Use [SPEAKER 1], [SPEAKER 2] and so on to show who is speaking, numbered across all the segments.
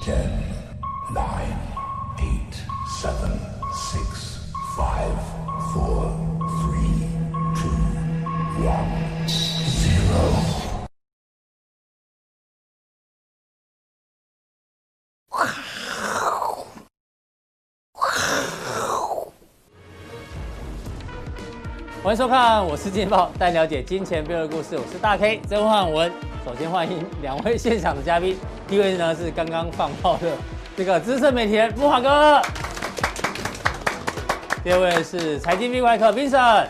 [SPEAKER 1] Ten, nine, eight, seven, six, five, four, three, two, one, zero.
[SPEAKER 2] 欢迎收看，我是金钱豹，带你了解金钱背后的故事。我是大 K 曾焕文。首先欢迎两位现场的嘉宾，第一位呢是刚刚放炮的这个资深媒体人木华哥，第二位是财经壁外客 Vincent。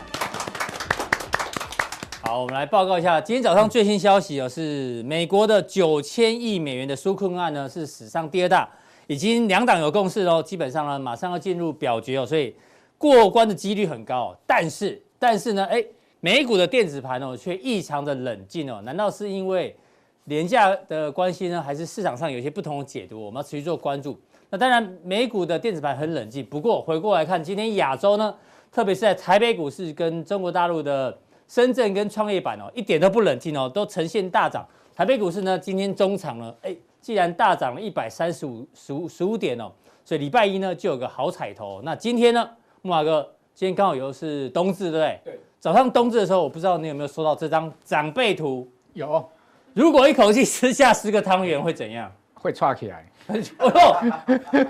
[SPEAKER 2] 好，我们来报告一下今天早上最新消息哦，是美国的九千亿美元的纾困案呢是史上第二大，已经两党有共识哦，基本上呢马上要进入表决哦，所以过关的几率很高、哦。但是，但是呢，哎，美股的电子盘哦却异常的冷静哦，难道是因为廉价的关系呢，还是市场上有一些不同的解读？我们要持续做关注。那当然，美股的电子盘很冷静，不过回过来看，今天亚洲呢，特别是在台北股市跟中国大陆的。深圳跟创业板哦，一点都不冷静哦，都呈现大涨。台北股市呢，今天中场呢，哎，既然大涨了一百三十五十五十五点哦，所以礼拜一呢就有个好彩头、哦那今天呢，木马哥，今天刚好又是冬至，对不对？
[SPEAKER 3] 对。
[SPEAKER 2] 早上冬至的时候，我不知道你有没有收到这张长辈图。
[SPEAKER 3] 有
[SPEAKER 2] 如果一口气吃下十个汤圆会怎样？
[SPEAKER 3] 会串起来，
[SPEAKER 2] 哦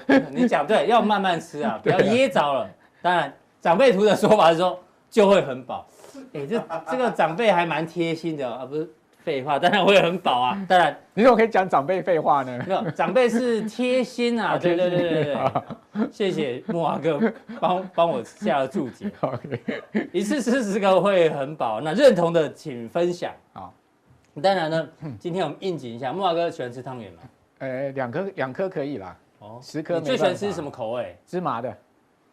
[SPEAKER 2] 呦，你讲对，要慢慢吃啊，不要噎着了。当然，长辈图的说法是说就会很饱。哎、这这个长辈还蛮贴心的哦啊，不是废话，当然会很饱啊。当然，
[SPEAKER 3] 你怎么可以讲长辈废话呢？
[SPEAKER 2] 没有长辈是贴心啊，对对对对对对，
[SPEAKER 3] 好
[SPEAKER 2] 谢谢木华哥帮帮我下了注解，
[SPEAKER 3] ，OK，
[SPEAKER 2] 一次吃十个会很饱。那认同的请分享。
[SPEAKER 3] 好，
[SPEAKER 2] 当然呢，今天我们应景一下，木华哥喜欢吃汤圆吗？
[SPEAKER 3] 呃，两颗两颗可以啦，
[SPEAKER 2] 哦，
[SPEAKER 3] 十颗
[SPEAKER 2] 你最喜欢
[SPEAKER 3] 没办法
[SPEAKER 2] 吃什么口味？
[SPEAKER 3] 芝麻的，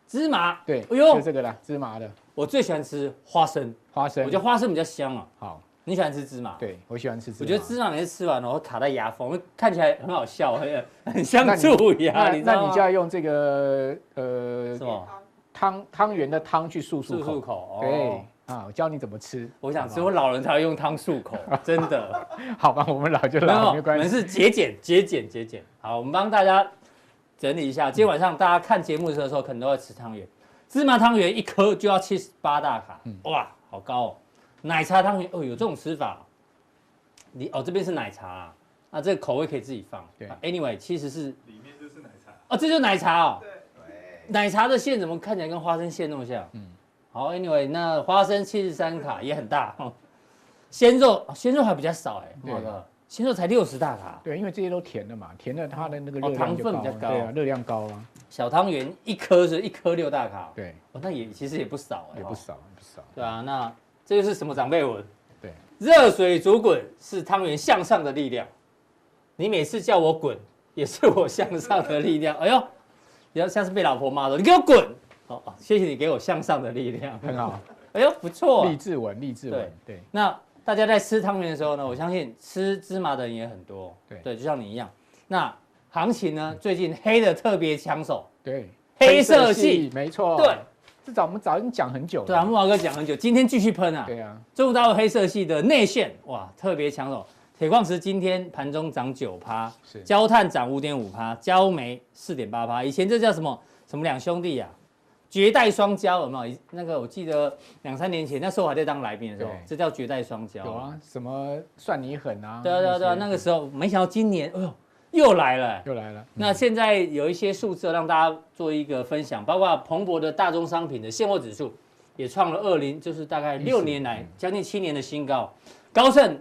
[SPEAKER 2] 芝麻。
[SPEAKER 3] 对，
[SPEAKER 2] 哎呦
[SPEAKER 3] 就，这个啦，芝麻的
[SPEAKER 2] 我最喜欢吃花生，
[SPEAKER 3] 花
[SPEAKER 2] 我
[SPEAKER 3] 生，
[SPEAKER 2] 觉得花生比较香啊。
[SPEAKER 3] 好，
[SPEAKER 2] 你喜欢吃芝麻？，
[SPEAKER 3] 对我喜欢吃芝麻，
[SPEAKER 2] 我觉得芝麻每次吃完了会卡在牙缝，会看起来很好 笑，很很像蛀牙，
[SPEAKER 3] 那
[SPEAKER 2] 你知
[SPEAKER 3] 那
[SPEAKER 2] 道
[SPEAKER 3] 你
[SPEAKER 2] 吗
[SPEAKER 3] 就？要用这个呃
[SPEAKER 2] 什么
[SPEAKER 3] 汤汤圆的汤去漱
[SPEAKER 2] 漱
[SPEAKER 3] 漱
[SPEAKER 2] 漱
[SPEAKER 3] 口，
[SPEAKER 2] 口？
[SPEAKER 3] 对
[SPEAKER 2] 哦，
[SPEAKER 3] 啊，我教你怎么吃，
[SPEAKER 2] 我想吃，
[SPEAKER 3] 好
[SPEAKER 2] 我老人才会用汤漱口，真的。
[SPEAKER 3] 吧，好吧，我们老就
[SPEAKER 2] 没有，
[SPEAKER 3] 老，
[SPEAKER 2] 我
[SPEAKER 3] 没关
[SPEAKER 2] 们
[SPEAKER 3] 系，
[SPEAKER 2] 是节俭，节俭，节俭。好，我们帮大家整理一下，今天晚上大家看节目的时候，可能都会吃汤圆，芝麻汤圆一颗就要七十八大卡，
[SPEAKER 3] 嗯
[SPEAKER 2] 哇，好高哦。奶茶汤圆哦，有这种吃法哦，你哦这边是奶茶啊，啊这个口味可以自己放。
[SPEAKER 3] 对
[SPEAKER 2] 啊，anyway，其实是
[SPEAKER 4] 里面就是奶茶。
[SPEAKER 2] 哦，这就是奶茶哦。奶茶的馅怎么看起来跟花生馅那么像？嗯。好，Anyway，那花生七十三卡也很大哦。鲜肉，哦鲜肉还比较少哎，
[SPEAKER 3] 对
[SPEAKER 2] 那个鲜肉才六十大卡。
[SPEAKER 3] 对，因为这些都甜的嘛，甜的它的那个热
[SPEAKER 2] 哦
[SPEAKER 3] 量就
[SPEAKER 2] 糖分比较
[SPEAKER 3] 啊
[SPEAKER 2] 高
[SPEAKER 3] 对啊，热量高啊，
[SPEAKER 2] 小汤圆一颗是一颗六大卡，
[SPEAKER 3] 对，
[SPEAKER 2] 哦，那也其实也不少哎，
[SPEAKER 3] 也不
[SPEAKER 2] 哦。
[SPEAKER 3] 少，也不少，
[SPEAKER 2] 对啊，那这又是什么长辈文？
[SPEAKER 3] 对，
[SPEAKER 2] 热水煮滚是汤圆向上的力量，你每次叫我滚，也是我向上的力量。哎呦，你要像是被老婆骂的，你给我滚！好、哦，谢谢你给我向上的力量。
[SPEAKER 3] 很好。
[SPEAKER 2] 哎呦，不错、
[SPEAKER 3] 励
[SPEAKER 2] 啊。
[SPEAKER 3] 志文，励志文，对，
[SPEAKER 2] 那大家在吃汤圆的时候呢，我相信吃芝麻的人也很多，
[SPEAKER 3] 对嗯
[SPEAKER 2] 就像你一样。那行情呢，最近黑的特别抢手，
[SPEAKER 3] 对，
[SPEAKER 2] 黑色系，
[SPEAKER 3] 没错，
[SPEAKER 2] 对，
[SPEAKER 3] 这早我们早已经讲很久了，
[SPEAKER 2] 对啊，木华哥讲很久，今天继续喷啊。
[SPEAKER 3] 对啊，
[SPEAKER 2] 中国大陆黑色系的内线哇，特别抢手。铁矿石今天盘中涨九趴，
[SPEAKER 3] 是
[SPEAKER 2] 焦炭涨五点五趴，焦煤四点八趴。以前这叫什么什么两兄弟啊，绝代双骄有没有？那个我记得两三年前那时候我还在当来宾的时候
[SPEAKER 3] 对，
[SPEAKER 2] 这叫绝代双骄。
[SPEAKER 3] 有啊，什么算你狠啊，
[SPEAKER 2] 对啊，对啊，对啊，
[SPEAKER 3] 些
[SPEAKER 2] 那个时候没想到今年，哎呦，又来了欸、
[SPEAKER 3] 又来了，
[SPEAKER 2] 那现在有一些数字让大家做一个分享，包括彭博的大宗商品的现货指数也创了二零，就是大概六年
[SPEAKER 3] 嗯
[SPEAKER 2] 来将近七年的新高。高盛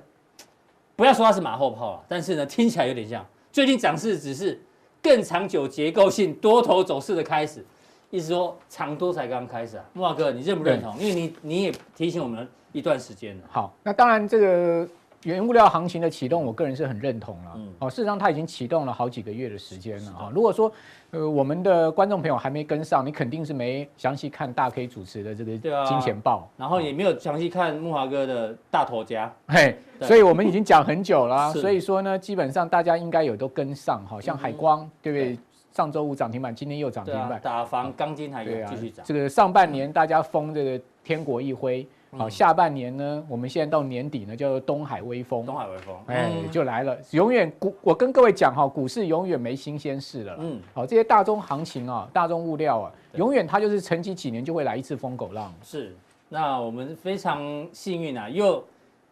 [SPEAKER 2] 不要说它是马后炮了，但是呢 听起来有点像，最近涨势只是更长久结构性多头走势的开始，意思说长多才刚开始啊。木华哥，你认不认同？因为你你也提醒我们一段时间了，
[SPEAKER 3] 好，那当然这个原物料行情的启动，我个人是很认同了。
[SPEAKER 2] 嗯
[SPEAKER 3] 哦，事实上它已经启动了好几个月的时间了啊、如果说呃我们的观众朋友还没跟上，你肯定是没详细看大 K 主持的这个
[SPEAKER 2] 对啊
[SPEAKER 3] 金钱豹，
[SPEAKER 2] 然后也没有详细看木华哥的大头家。
[SPEAKER 3] 嘿，
[SPEAKER 2] 对
[SPEAKER 3] 所以我们已经讲很久了啊，
[SPEAKER 2] 是
[SPEAKER 3] 所以说呢，基本上大家应该有都跟上，好像海光、
[SPEAKER 2] 嗯
[SPEAKER 3] 对不对？上周五涨停板，今天又涨
[SPEAKER 2] 对
[SPEAKER 3] 停
[SPEAKER 2] 啊
[SPEAKER 3] 板，，
[SPEAKER 2] 打房钢筋还有
[SPEAKER 3] 对啊
[SPEAKER 2] 继续涨，
[SPEAKER 3] 这个上半年大家封这个天国一辉，
[SPEAKER 2] 嗯
[SPEAKER 3] 好，下半年呢，我们现在到年底呢，叫做东海微风。
[SPEAKER 2] 东海微风，
[SPEAKER 3] 哎
[SPEAKER 2] 嗯，
[SPEAKER 3] 就来了。永远股，我跟各位讲哈，股市永远没新鲜事了。
[SPEAKER 2] 嗯
[SPEAKER 3] 嗯，好，这些大宗行情啊，大宗物料啊，永远它就是沉寂几年就会来一次疯狗浪。
[SPEAKER 2] 是，那我们非常幸运啊，又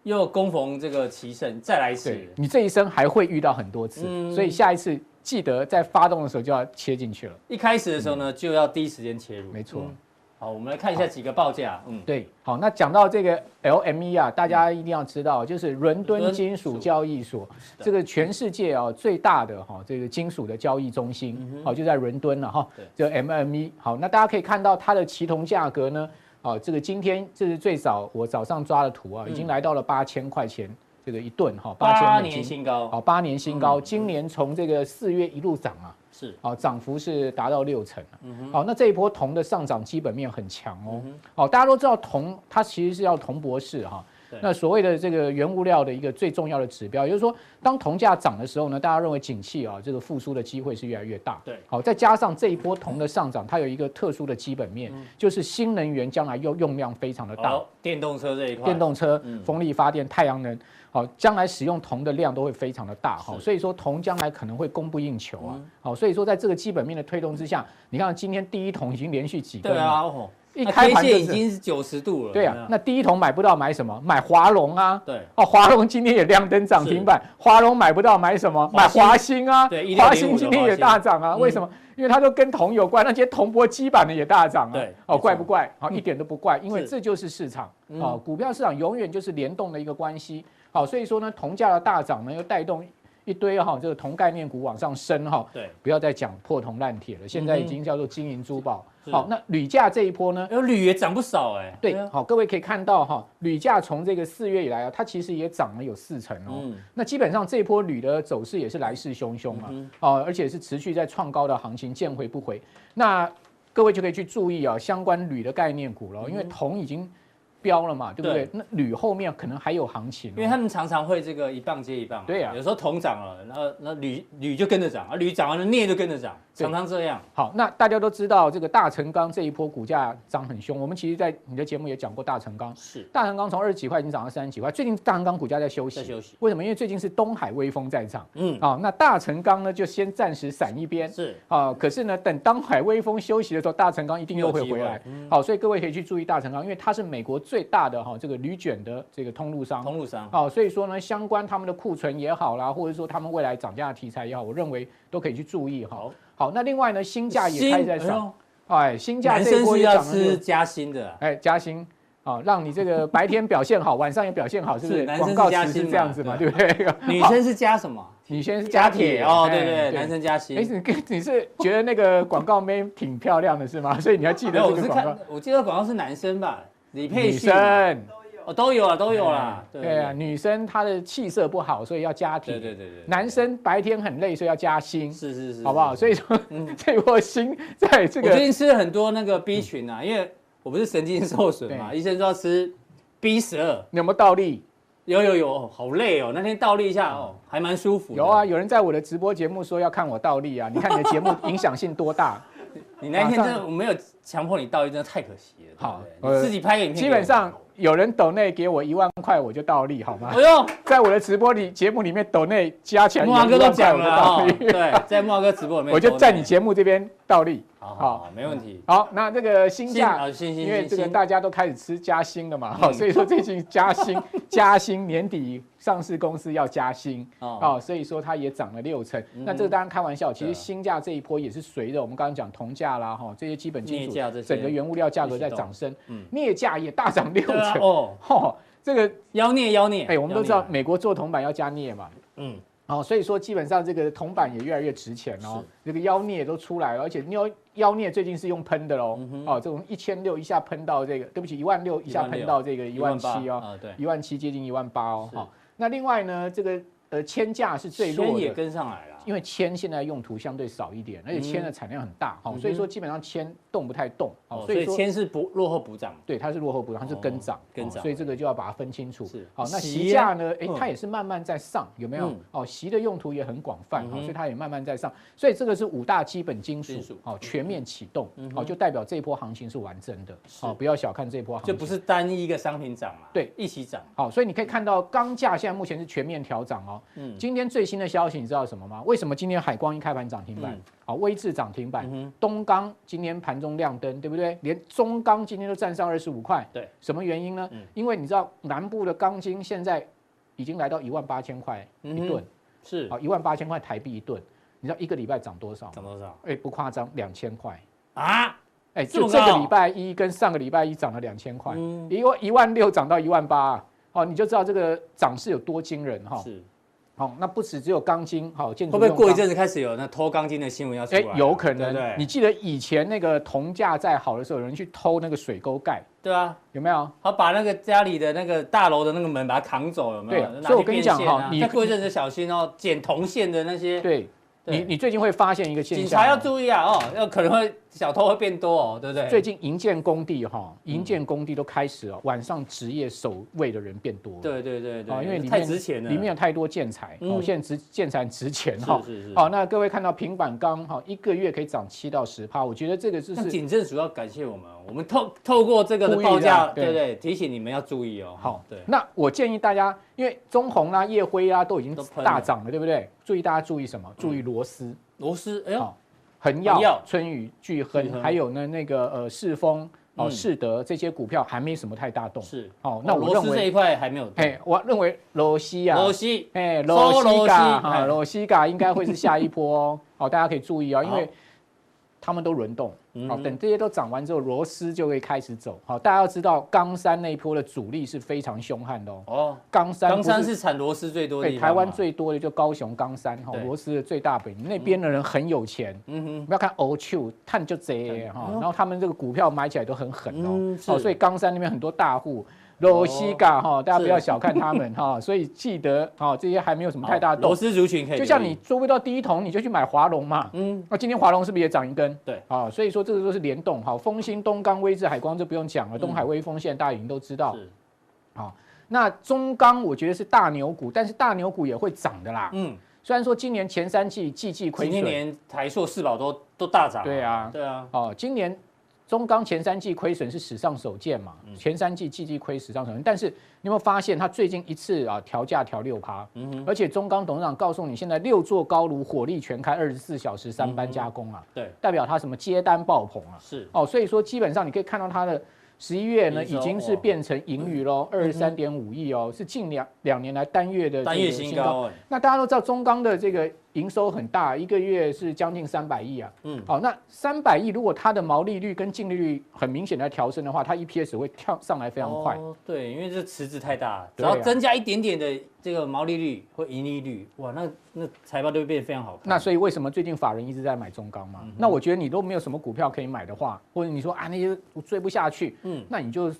[SPEAKER 2] 又恭逢这个奇胜，再来一次
[SPEAKER 3] 对，你这一生还会遇到很多次，
[SPEAKER 2] 嗯
[SPEAKER 3] 所以下一次记得在发动的时候就要切进去了。
[SPEAKER 2] 一开始的时候呢，就要第一时间切入。
[SPEAKER 3] 嗯没错
[SPEAKER 2] 嗯好，我们来看一下几个报价。嗯，
[SPEAKER 3] 对，好，那讲到这个 LME 啊，大家一定要知道，就是伦敦金属交易所，这个全世界啊最大的哈、这个金属的交易中心，
[SPEAKER 2] 嗯
[SPEAKER 3] 好、就在伦敦了哈、这 MME。好，E 那大家可以看到它的期铜价格呢，好、这个今天这是最早我早上抓的图啊，已经来到了八千块钱这个一吨哈，八
[SPEAKER 2] 嗯八
[SPEAKER 3] 千美
[SPEAKER 2] 年
[SPEAKER 3] 金，
[SPEAKER 2] 新高
[SPEAKER 3] 好，八年新
[SPEAKER 2] 嗯
[SPEAKER 3] 高，今年从这个四月一路涨啊。
[SPEAKER 2] 是
[SPEAKER 3] 好、涨幅是达到六成啊
[SPEAKER 2] 嗯
[SPEAKER 3] 好、那这一波铜的上涨基本面很强哦。好、大家都知道铜它其实是要铜博士哈、
[SPEAKER 2] 对
[SPEAKER 3] 那所谓的这个原物料的一个最重要的指标，也就是说，当铜价涨的时候呢，大家认为景气啊、这个复苏的机会是越来越大。
[SPEAKER 2] 对
[SPEAKER 3] 好、再加上这一波铜的上涨，它有一个特殊的基本面，
[SPEAKER 2] 嗯
[SPEAKER 3] 就是新能源将来用用量非常的大。
[SPEAKER 2] 好，电动车这一块，
[SPEAKER 3] 电动车、
[SPEAKER 2] 嗯
[SPEAKER 3] 风力发电、太阳能，好，将来使用铜的量都会非常的大，好，所以说铜将来可能会供不应求啊，
[SPEAKER 2] 嗯
[SPEAKER 3] 好，所以说在这个基本面的推动之下，你看今天第一铜已经连续几根
[SPEAKER 2] 对
[SPEAKER 3] 了，
[SPEAKER 2] 啊，哦，
[SPEAKER 3] 一
[SPEAKER 2] 那
[SPEAKER 3] 开
[SPEAKER 2] 天
[SPEAKER 3] 盘就
[SPEAKER 2] 线已
[SPEAKER 3] 是，
[SPEAKER 2] 经是九十度了。
[SPEAKER 3] 对
[SPEAKER 2] 有没
[SPEAKER 3] 啊
[SPEAKER 2] 有，
[SPEAKER 3] 那第一铜买不到买什么？买华龙啊。
[SPEAKER 2] 对
[SPEAKER 3] 哦，华龙今天也亮灯涨停板，华龙买不到买什么？
[SPEAKER 2] 华
[SPEAKER 3] 买
[SPEAKER 2] 兴
[SPEAKER 3] 华兴啊，
[SPEAKER 2] 对1605
[SPEAKER 3] 华兴今天也大涨
[SPEAKER 2] 的华
[SPEAKER 3] 啊，
[SPEAKER 2] 兴嗯
[SPEAKER 3] 为什么？因为它都跟铜有关，那些铜箔基板的也大涨啊，
[SPEAKER 2] 对没错嗯
[SPEAKER 3] 哦，怪不怪？好，一点都不怪，因为
[SPEAKER 2] 是嗯
[SPEAKER 3] 这就是市场哦，股票市场永远就是联动的一个关系，好，所以说呢，铜价的大涨呢，又带动一堆哈这个铜概念股往上升哈，
[SPEAKER 2] 对，
[SPEAKER 3] 不要再讲破铜烂铁了，现在已经叫做金银珠宝
[SPEAKER 2] 嗯是，
[SPEAKER 3] 好，那铝价这一波呢，
[SPEAKER 2] 有铝也涨不少哎。
[SPEAKER 3] 对，
[SPEAKER 2] 啊
[SPEAKER 3] 好，各位可以看到哈，铝价从这个四月以来啊，它其实也涨了有四成哦。
[SPEAKER 2] 嗯
[SPEAKER 3] 那基本上这一波铝的走势也是来势汹汹啊，哦，而且是持续在创高的行情，见回不回。那各位就可以去注意啊，相关铝的概念股了，因为铜已经标了嘛，对不对
[SPEAKER 2] 嗯对？
[SPEAKER 3] 那铝后面可能还有行情哦，
[SPEAKER 2] 因为他们常常会这个一棒接一棒，
[SPEAKER 3] 对啊
[SPEAKER 2] 有时候铜涨了，然后那铝铝就跟着涨，啊铝涨完了镍就跟着涨，
[SPEAKER 3] 对
[SPEAKER 2] 常常这样。
[SPEAKER 3] 好，那大家都知道这个大成钢这一波股价涨很凶，我们其实在你的节目也讲过大成钢。
[SPEAKER 2] 是
[SPEAKER 3] 大成钢从二十几块已经涨到三十几块，最近大成钢股价在休息，
[SPEAKER 2] 在休息
[SPEAKER 3] 为什么？因为最近是东海微风在涨，
[SPEAKER 2] 嗯
[SPEAKER 3] 嗯，啊、那大成钢呢就先暂时闪一边，
[SPEAKER 2] 是，
[SPEAKER 3] 啊、可是呢，等东海微风休息的时候，大成钢一定又会回
[SPEAKER 2] 又有
[SPEAKER 3] 来
[SPEAKER 2] 机，嗯
[SPEAKER 3] 好，所以各位可以去注意大成钢，因为它是美国最大的哈、这个铝卷的这个通路商，
[SPEAKER 2] 通路商
[SPEAKER 3] 哦，所以说呢，相关他们的库存也好啦，或者说他们未来涨价的题材也好，我认为都可以去注意哈。
[SPEAKER 2] 好
[SPEAKER 3] 好，那另外呢，新价也开始在
[SPEAKER 2] 哎
[SPEAKER 3] 涨，
[SPEAKER 2] 呦
[SPEAKER 3] 哎，新价
[SPEAKER 2] 男
[SPEAKER 3] 这一
[SPEAKER 2] 生
[SPEAKER 3] 波
[SPEAKER 2] 是
[SPEAKER 3] 也
[SPEAKER 2] 要
[SPEAKER 3] 涨了
[SPEAKER 2] 吃
[SPEAKER 3] 六，
[SPEAKER 2] 加薪的 啊，
[SPEAKER 3] 哎，加薪。啊、让你这个白天表现好，晚上也表现好，是不
[SPEAKER 2] 是
[SPEAKER 3] 是？
[SPEAKER 2] 男生是
[SPEAKER 3] 广告
[SPEAKER 2] 加
[SPEAKER 3] 词
[SPEAKER 2] 薪
[SPEAKER 3] 是
[SPEAKER 2] 嘛
[SPEAKER 3] 这样子嘛，
[SPEAKER 2] 对
[SPEAKER 3] 对不对？
[SPEAKER 2] 女
[SPEAKER 3] 好
[SPEAKER 2] 生是加什么？
[SPEAKER 3] 女生是
[SPEAKER 2] 加
[SPEAKER 3] 加
[SPEAKER 2] 铁
[SPEAKER 3] 铁
[SPEAKER 2] 哦，
[SPEAKER 3] 哎
[SPEAKER 2] 对对，男生加薪
[SPEAKER 3] 哎，。你跟 你是觉得那个广告妹挺漂亮的是吗？所以你要记
[SPEAKER 2] 没
[SPEAKER 3] 得
[SPEAKER 2] 有，哎
[SPEAKER 3] 这
[SPEAKER 2] 我
[SPEAKER 3] 个
[SPEAKER 2] 是
[SPEAKER 3] 广告
[SPEAKER 2] 看。，我记得广告是男生吧，李佩
[SPEAKER 3] 女
[SPEAKER 2] 旭嘛，
[SPEAKER 3] 生，
[SPEAKER 2] 哦，都有啊，都有啦，
[SPEAKER 3] 对啊，女生她的气色不好，所以要加铁。
[SPEAKER 2] 对对对对对
[SPEAKER 3] 男生白天很累，所以要加薪。
[SPEAKER 2] 是是是，
[SPEAKER 3] 好不好？所
[SPEAKER 2] 以
[SPEAKER 3] 以说， 这一波新在这
[SPEAKER 2] 我最
[SPEAKER 3] 个
[SPEAKER 2] 近吃了很多那个 B 群啊，因为我不是神经受损嘛，
[SPEAKER 3] 对
[SPEAKER 2] 医生说要吃 B 十二，
[SPEAKER 3] 有没有倒立？
[SPEAKER 2] 有有有，哦好累哦，那天倒立一下哦，还蛮舒服。
[SPEAKER 3] 有啊，，有人在我的直播节目说要看我倒立啊！你看你的 节目影响性多大？
[SPEAKER 2] 你那天真
[SPEAKER 3] 马
[SPEAKER 2] 的
[SPEAKER 3] 上
[SPEAKER 2] 我没有强迫你倒立，真的太可惜了。
[SPEAKER 3] 好
[SPEAKER 2] 对不对你
[SPEAKER 3] 呃
[SPEAKER 2] 自己拍个影片给
[SPEAKER 3] 基
[SPEAKER 2] 我。
[SPEAKER 3] 本上有人抖内给我一万块，我就倒立，好 吗
[SPEAKER 2] 哎？呦，
[SPEAKER 3] 在我的直播里节目里面抖内加起来有
[SPEAKER 2] 木华哥
[SPEAKER 3] 一
[SPEAKER 2] 都
[SPEAKER 3] 万块，
[SPEAKER 2] 讲
[SPEAKER 3] 我就
[SPEAKER 2] 了
[SPEAKER 3] 倒
[SPEAKER 2] 哦，
[SPEAKER 3] 立，
[SPEAKER 2] 对，在木华哥直播里面，
[SPEAKER 3] 我就在你，节目这边倒立。
[SPEAKER 2] 好好好，没问题。
[SPEAKER 3] 好，那这个新
[SPEAKER 2] 新
[SPEAKER 3] 价
[SPEAKER 2] 啊，新新
[SPEAKER 3] 因为这个
[SPEAKER 2] 新
[SPEAKER 3] 大家都开始吃加薪了嘛，
[SPEAKER 2] 嗯
[SPEAKER 3] 哦，所以说最近 加薪加薪，年底上市公司要加薪
[SPEAKER 2] 哦
[SPEAKER 3] 哦，所以说它也涨了六成。
[SPEAKER 2] 嗯
[SPEAKER 3] 那这个当然开玩笑，其
[SPEAKER 2] 对啊
[SPEAKER 3] 实新价这一波也是随着我们刚刚讲铜价啦，哈，这些基本金
[SPEAKER 2] 镍价这
[SPEAKER 3] 属
[SPEAKER 2] 些
[SPEAKER 3] 整个原物料价格在涨升
[SPEAKER 2] 嗯，
[SPEAKER 3] 镍价也大涨六
[SPEAKER 2] 对啊，
[SPEAKER 3] 成。
[SPEAKER 2] 哦，
[SPEAKER 3] 哦，这个
[SPEAKER 2] 妖孽妖孽，
[SPEAKER 3] 哎，我们都知道
[SPEAKER 2] 妖孽，
[SPEAKER 3] 美国做铜板要加镍嘛，
[SPEAKER 2] 嗯，
[SPEAKER 3] 哦，所以说基本上这个铜板也越来越值钱哦
[SPEAKER 2] 是，
[SPEAKER 3] 这个妖孽也都出来了，而且妖妖孽最近是用喷的
[SPEAKER 2] 嗯
[SPEAKER 3] 喽，哦，这种一千六一下喷到这个，对不起，一万六一下喷到这个一万七
[SPEAKER 2] 八
[SPEAKER 3] 哦，
[SPEAKER 2] 啊，对，
[SPEAKER 3] 一万七接近一万八哦，
[SPEAKER 2] 是
[SPEAKER 3] 好，那另外呢，这个呃铅价是最弱
[SPEAKER 2] 轩也
[SPEAKER 3] 的，
[SPEAKER 2] 跟上来了，啊
[SPEAKER 3] 因为铅现在用途相对少一点，而且铅的产量很大，好，所以说基本上铅动不太动，
[SPEAKER 2] 嗯哦
[SPEAKER 3] 好，
[SPEAKER 2] 所以
[SPEAKER 3] 说
[SPEAKER 2] 铅是不落后补涨，
[SPEAKER 3] 对它是落后补涨，它是跟涨
[SPEAKER 2] 哦，跟涨
[SPEAKER 3] 哦所以这个就要把它分清楚
[SPEAKER 2] 是。
[SPEAKER 3] 好，那
[SPEAKER 2] 席
[SPEAKER 3] 席价呢？哎
[SPEAKER 2] 嗯，
[SPEAKER 3] 它也是慢慢在上，有没有
[SPEAKER 2] 嗯？
[SPEAKER 3] 哦，席的用途也很广泛，
[SPEAKER 2] 嗯
[SPEAKER 3] 哦
[SPEAKER 2] 哼
[SPEAKER 3] 所以它也慢慢在上，所以这个是五大基本金
[SPEAKER 2] 金属
[SPEAKER 3] 属哦全面启动
[SPEAKER 2] 嗯，哼
[SPEAKER 3] 哦就代表这一波行情是完整的，哦不要小看这一波行
[SPEAKER 2] 就
[SPEAKER 3] 情，
[SPEAKER 2] 不是单一一个商品涨嘛，
[SPEAKER 3] 对，
[SPEAKER 2] 一起涨，
[SPEAKER 3] 好，所以你可以看到钢价现在目前是全面调涨哦。
[SPEAKER 2] 嗯
[SPEAKER 3] 今天最新的消息你知道什么吗？为什么今天海光一开盘涨停板
[SPEAKER 2] 嗯？
[SPEAKER 3] 好，威智涨停板
[SPEAKER 2] 嗯，哼
[SPEAKER 3] 东钢今天盘中亮灯，对不对？连中钢今天都站上二十五块。
[SPEAKER 2] 对，
[SPEAKER 3] 什么原因呢
[SPEAKER 2] 嗯？
[SPEAKER 3] 因为你知道南部的钢筋现在已经来到一万八千块
[SPEAKER 2] 嗯哼
[SPEAKER 3] 一吨，
[SPEAKER 2] 是
[SPEAKER 3] 好，一万八千块台币一吨，你知道一个礼拜涨多少吗？
[SPEAKER 2] 涨多少
[SPEAKER 3] 哎，不夸张，两千块。
[SPEAKER 2] 啊？
[SPEAKER 3] 哎，
[SPEAKER 2] 这么
[SPEAKER 3] 就这
[SPEAKER 2] 高
[SPEAKER 3] 个礼拜一跟上个礼拜一涨了两千块，
[SPEAKER 2] 嗯
[SPEAKER 3] 一万一万六涨到一万八、哦，你就知道这个涨势有多惊人哈。
[SPEAKER 2] 是
[SPEAKER 3] 好、那不止只有钢筋，好、建
[SPEAKER 2] 会
[SPEAKER 3] 筑
[SPEAKER 2] 不会
[SPEAKER 3] 用
[SPEAKER 2] 过一
[SPEAKER 3] 钢？
[SPEAKER 2] 阵子开始有那偷钢筋的新闻要出
[SPEAKER 3] 哎
[SPEAKER 2] 来了？，
[SPEAKER 3] 有可
[SPEAKER 2] 对不
[SPEAKER 3] 能。
[SPEAKER 2] 对
[SPEAKER 3] 你记得以前那个铜价在好的时候，有人去偷那个水沟盖，
[SPEAKER 2] 对啊，
[SPEAKER 3] 有没有？
[SPEAKER 2] 他把那个家里的那个大楼的那个门把它扛走，有没有？
[SPEAKER 3] 对
[SPEAKER 2] 拿
[SPEAKER 3] 所以
[SPEAKER 2] 去
[SPEAKER 3] 我跟你
[SPEAKER 2] 变
[SPEAKER 3] 讲
[SPEAKER 2] 现啊
[SPEAKER 3] 哈你
[SPEAKER 2] 再过一阵子小心哦，剪铜线的那些，
[SPEAKER 3] 对，
[SPEAKER 2] 对
[SPEAKER 3] 你你最近会发现一个现象，
[SPEAKER 2] 警察要注意啊哦，要可能会小偷会变多哦，对不对？
[SPEAKER 3] 最近营建工地哈、
[SPEAKER 2] 嗯
[SPEAKER 3] 营建工地都开始哦，晚上职业守卫的人变多了。
[SPEAKER 2] 对对对对，
[SPEAKER 3] 哦因为里面
[SPEAKER 2] 太值钱了，
[SPEAKER 3] 里面有太多建材，
[SPEAKER 2] 嗯
[SPEAKER 3] 哦，现在值建材值钱哈
[SPEAKER 2] 是是是。
[SPEAKER 3] 好，那各位看到平板钢哈，一个月可以涨七到十趴，我觉得这个就
[SPEAKER 2] 那
[SPEAKER 3] 是
[SPEAKER 2] 警政署要感谢我们，我们透透过这个的
[SPEAKER 3] 故意的
[SPEAKER 2] 报价，
[SPEAKER 3] 对
[SPEAKER 2] 对不对？提醒你们要注意哦。
[SPEAKER 3] 好
[SPEAKER 2] 对。，
[SPEAKER 3] 那我建议大家，因为中红啦、夜辉啊都已经
[SPEAKER 2] 都喷了嗯
[SPEAKER 3] 大涨了，对不对？注意大家注意什么？注意螺丝，
[SPEAKER 2] 螺丝，哎呦
[SPEAKER 3] 好，恒
[SPEAKER 2] 恒耀
[SPEAKER 3] 耀、春雨、巨
[SPEAKER 2] 巨亨
[SPEAKER 3] 亨，还有呢那个呃世丰、
[SPEAKER 2] 嗯
[SPEAKER 3] 哦世德这些股票还没什么太大动。
[SPEAKER 2] 是
[SPEAKER 3] 哦，那我
[SPEAKER 2] 螺
[SPEAKER 3] 认
[SPEAKER 2] 丝这
[SPEAKER 3] 为，
[SPEAKER 2] 一块还没有动，
[SPEAKER 3] 哎，我认为螺西啊，
[SPEAKER 2] 螺丝
[SPEAKER 3] 哎，
[SPEAKER 2] 抽
[SPEAKER 3] 罗
[SPEAKER 2] 罗
[SPEAKER 3] 西
[SPEAKER 2] 西
[SPEAKER 3] 嘎
[SPEAKER 2] 哎
[SPEAKER 3] 哈，罗西嘎应该会是下一波哦。 好，大家可以注意哦，因
[SPEAKER 2] 好
[SPEAKER 3] 为他们都轮动。好，
[SPEAKER 2] 嗯
[SPEAKER 3] 等这些都涨完之后，螺丝就会开始走。好，大家要知道，冈山那一波的阻力是非常凶悍的哦。
[SPEAKER 2] 哦，
[SPEAKER 3] 冈山不
[SPEAKER 2] 冈山是产螺丝最多的地
[SPEAKER 3] 对
[SPEAKER 2] 方嘛
[SPEAKER 3] 台湾，最多的就高雄冈山哈
[SPEAKER 2] 对，
[SPEAKER 3] 螺丝的最大本营，那边的人很有钱。
[SPEAKER 2] 嗯哼，
[SPEAKER 3] 不要看欧丘碳就贼哈，然后他们这个股票买起来都很狠
[SPEAKER 2] 哦嗯
[SPEAKER 3] 哦，
[SPEAKER 2] 是哦
[SPEAKER 3] 哦，所以冈山那边很多大户，罗西嘎哈，大家不要小看他们哈，所以记得哈，这些还没有什么太大
[SPEAKER 2] 好
[SPEAKER 3] 的动
[SPEAKER 2] 螺，丝族群可以留意，
[SPEAKER 3] 就像你做不到第一桶，你就去买华龙嘛。哦
[SPEAKER 2] 嗯，
[SPEAKER 3] 那今天华龙是不是也涨一根？
[SPEAKER 2] 对
[SPEAKER 3] 啊，所以说这个都是联动。好，丰兴、东钢、威智、海光就不用讲了，东海、威风现在大家已经都知道。
[SPEAKER 2] 嗯是，
[SPEAKER 3] 好，那中钢我觉得是大牛股，但是大牛股也会涨的啦。
[SPEAKER 2] 嗯，
[SPEAKER 3] 虽然说今年前三季季季亏
[SPEAKER 2] 前一
[SPEAKER 3] 损，
[SPEAKER 2] 年台塑、四宝都都大涨，
[SPEAKER 3] 对啊
[SPEAKER 2] 对啊，
[SPEAKER 3] 哦，今年中钢前三季亏损是史上首见嘛，
[SPEAKER 2] 嗯
[SPEAKER 3] 前三季季季亏史上首见。但是你有没有发现，它最近一次啊调价调六趴，
[SPEAKER 2] 嗯哼，
[SPEAKER 3] 而且中钢董事长告诉你，现在六座高炉火力全开，二十四小时三班加工啊。
[SPEAKER 2] 对，
[SPEAKER 3] 代表它什么接单爆棚啊。
[SPEAKER 2] 是，
[SPEAKER 3] 哦，所以说基本上你可以看到它的十一月呢，
[SPEAKER 2] 营收哦嗯
[SPEAKER 3] 已经是变成盈余喽，二十三点五亿哦，是近两两年来单月的这个
[SPEAKER 2] 单月新。高哎，
[SPEAKER 3] 那大家都知道中钢的这个营收很大，一个月是将近三百亿啊。
[SPEAKER 2] 嗯
[SPEAKER 3] 好、那三百亿如果它的毛利率跟净利率很明显的调升的话，它 EPS 会跳上来非常快。
[SPEAKER 2] 哦，对，因为这池子太大，只
[SPEAKER 3] 对啊
[SPEAKER 2] 要增加一点点的这个毛利率或盈利率，哇，那那财报都会变得非常好看。
[SPEAKER 3] 那所以为什么最近法人一直在买中钢嘛？
[SPEAKER 2] 嗯
[SPEAKER 3] 那我觉得你都没有什么股票可以买的话，或者你说啊那些我追不下去，
[SPEAKER 2] 嗯
[SPEAKER 3] 嗯，那你就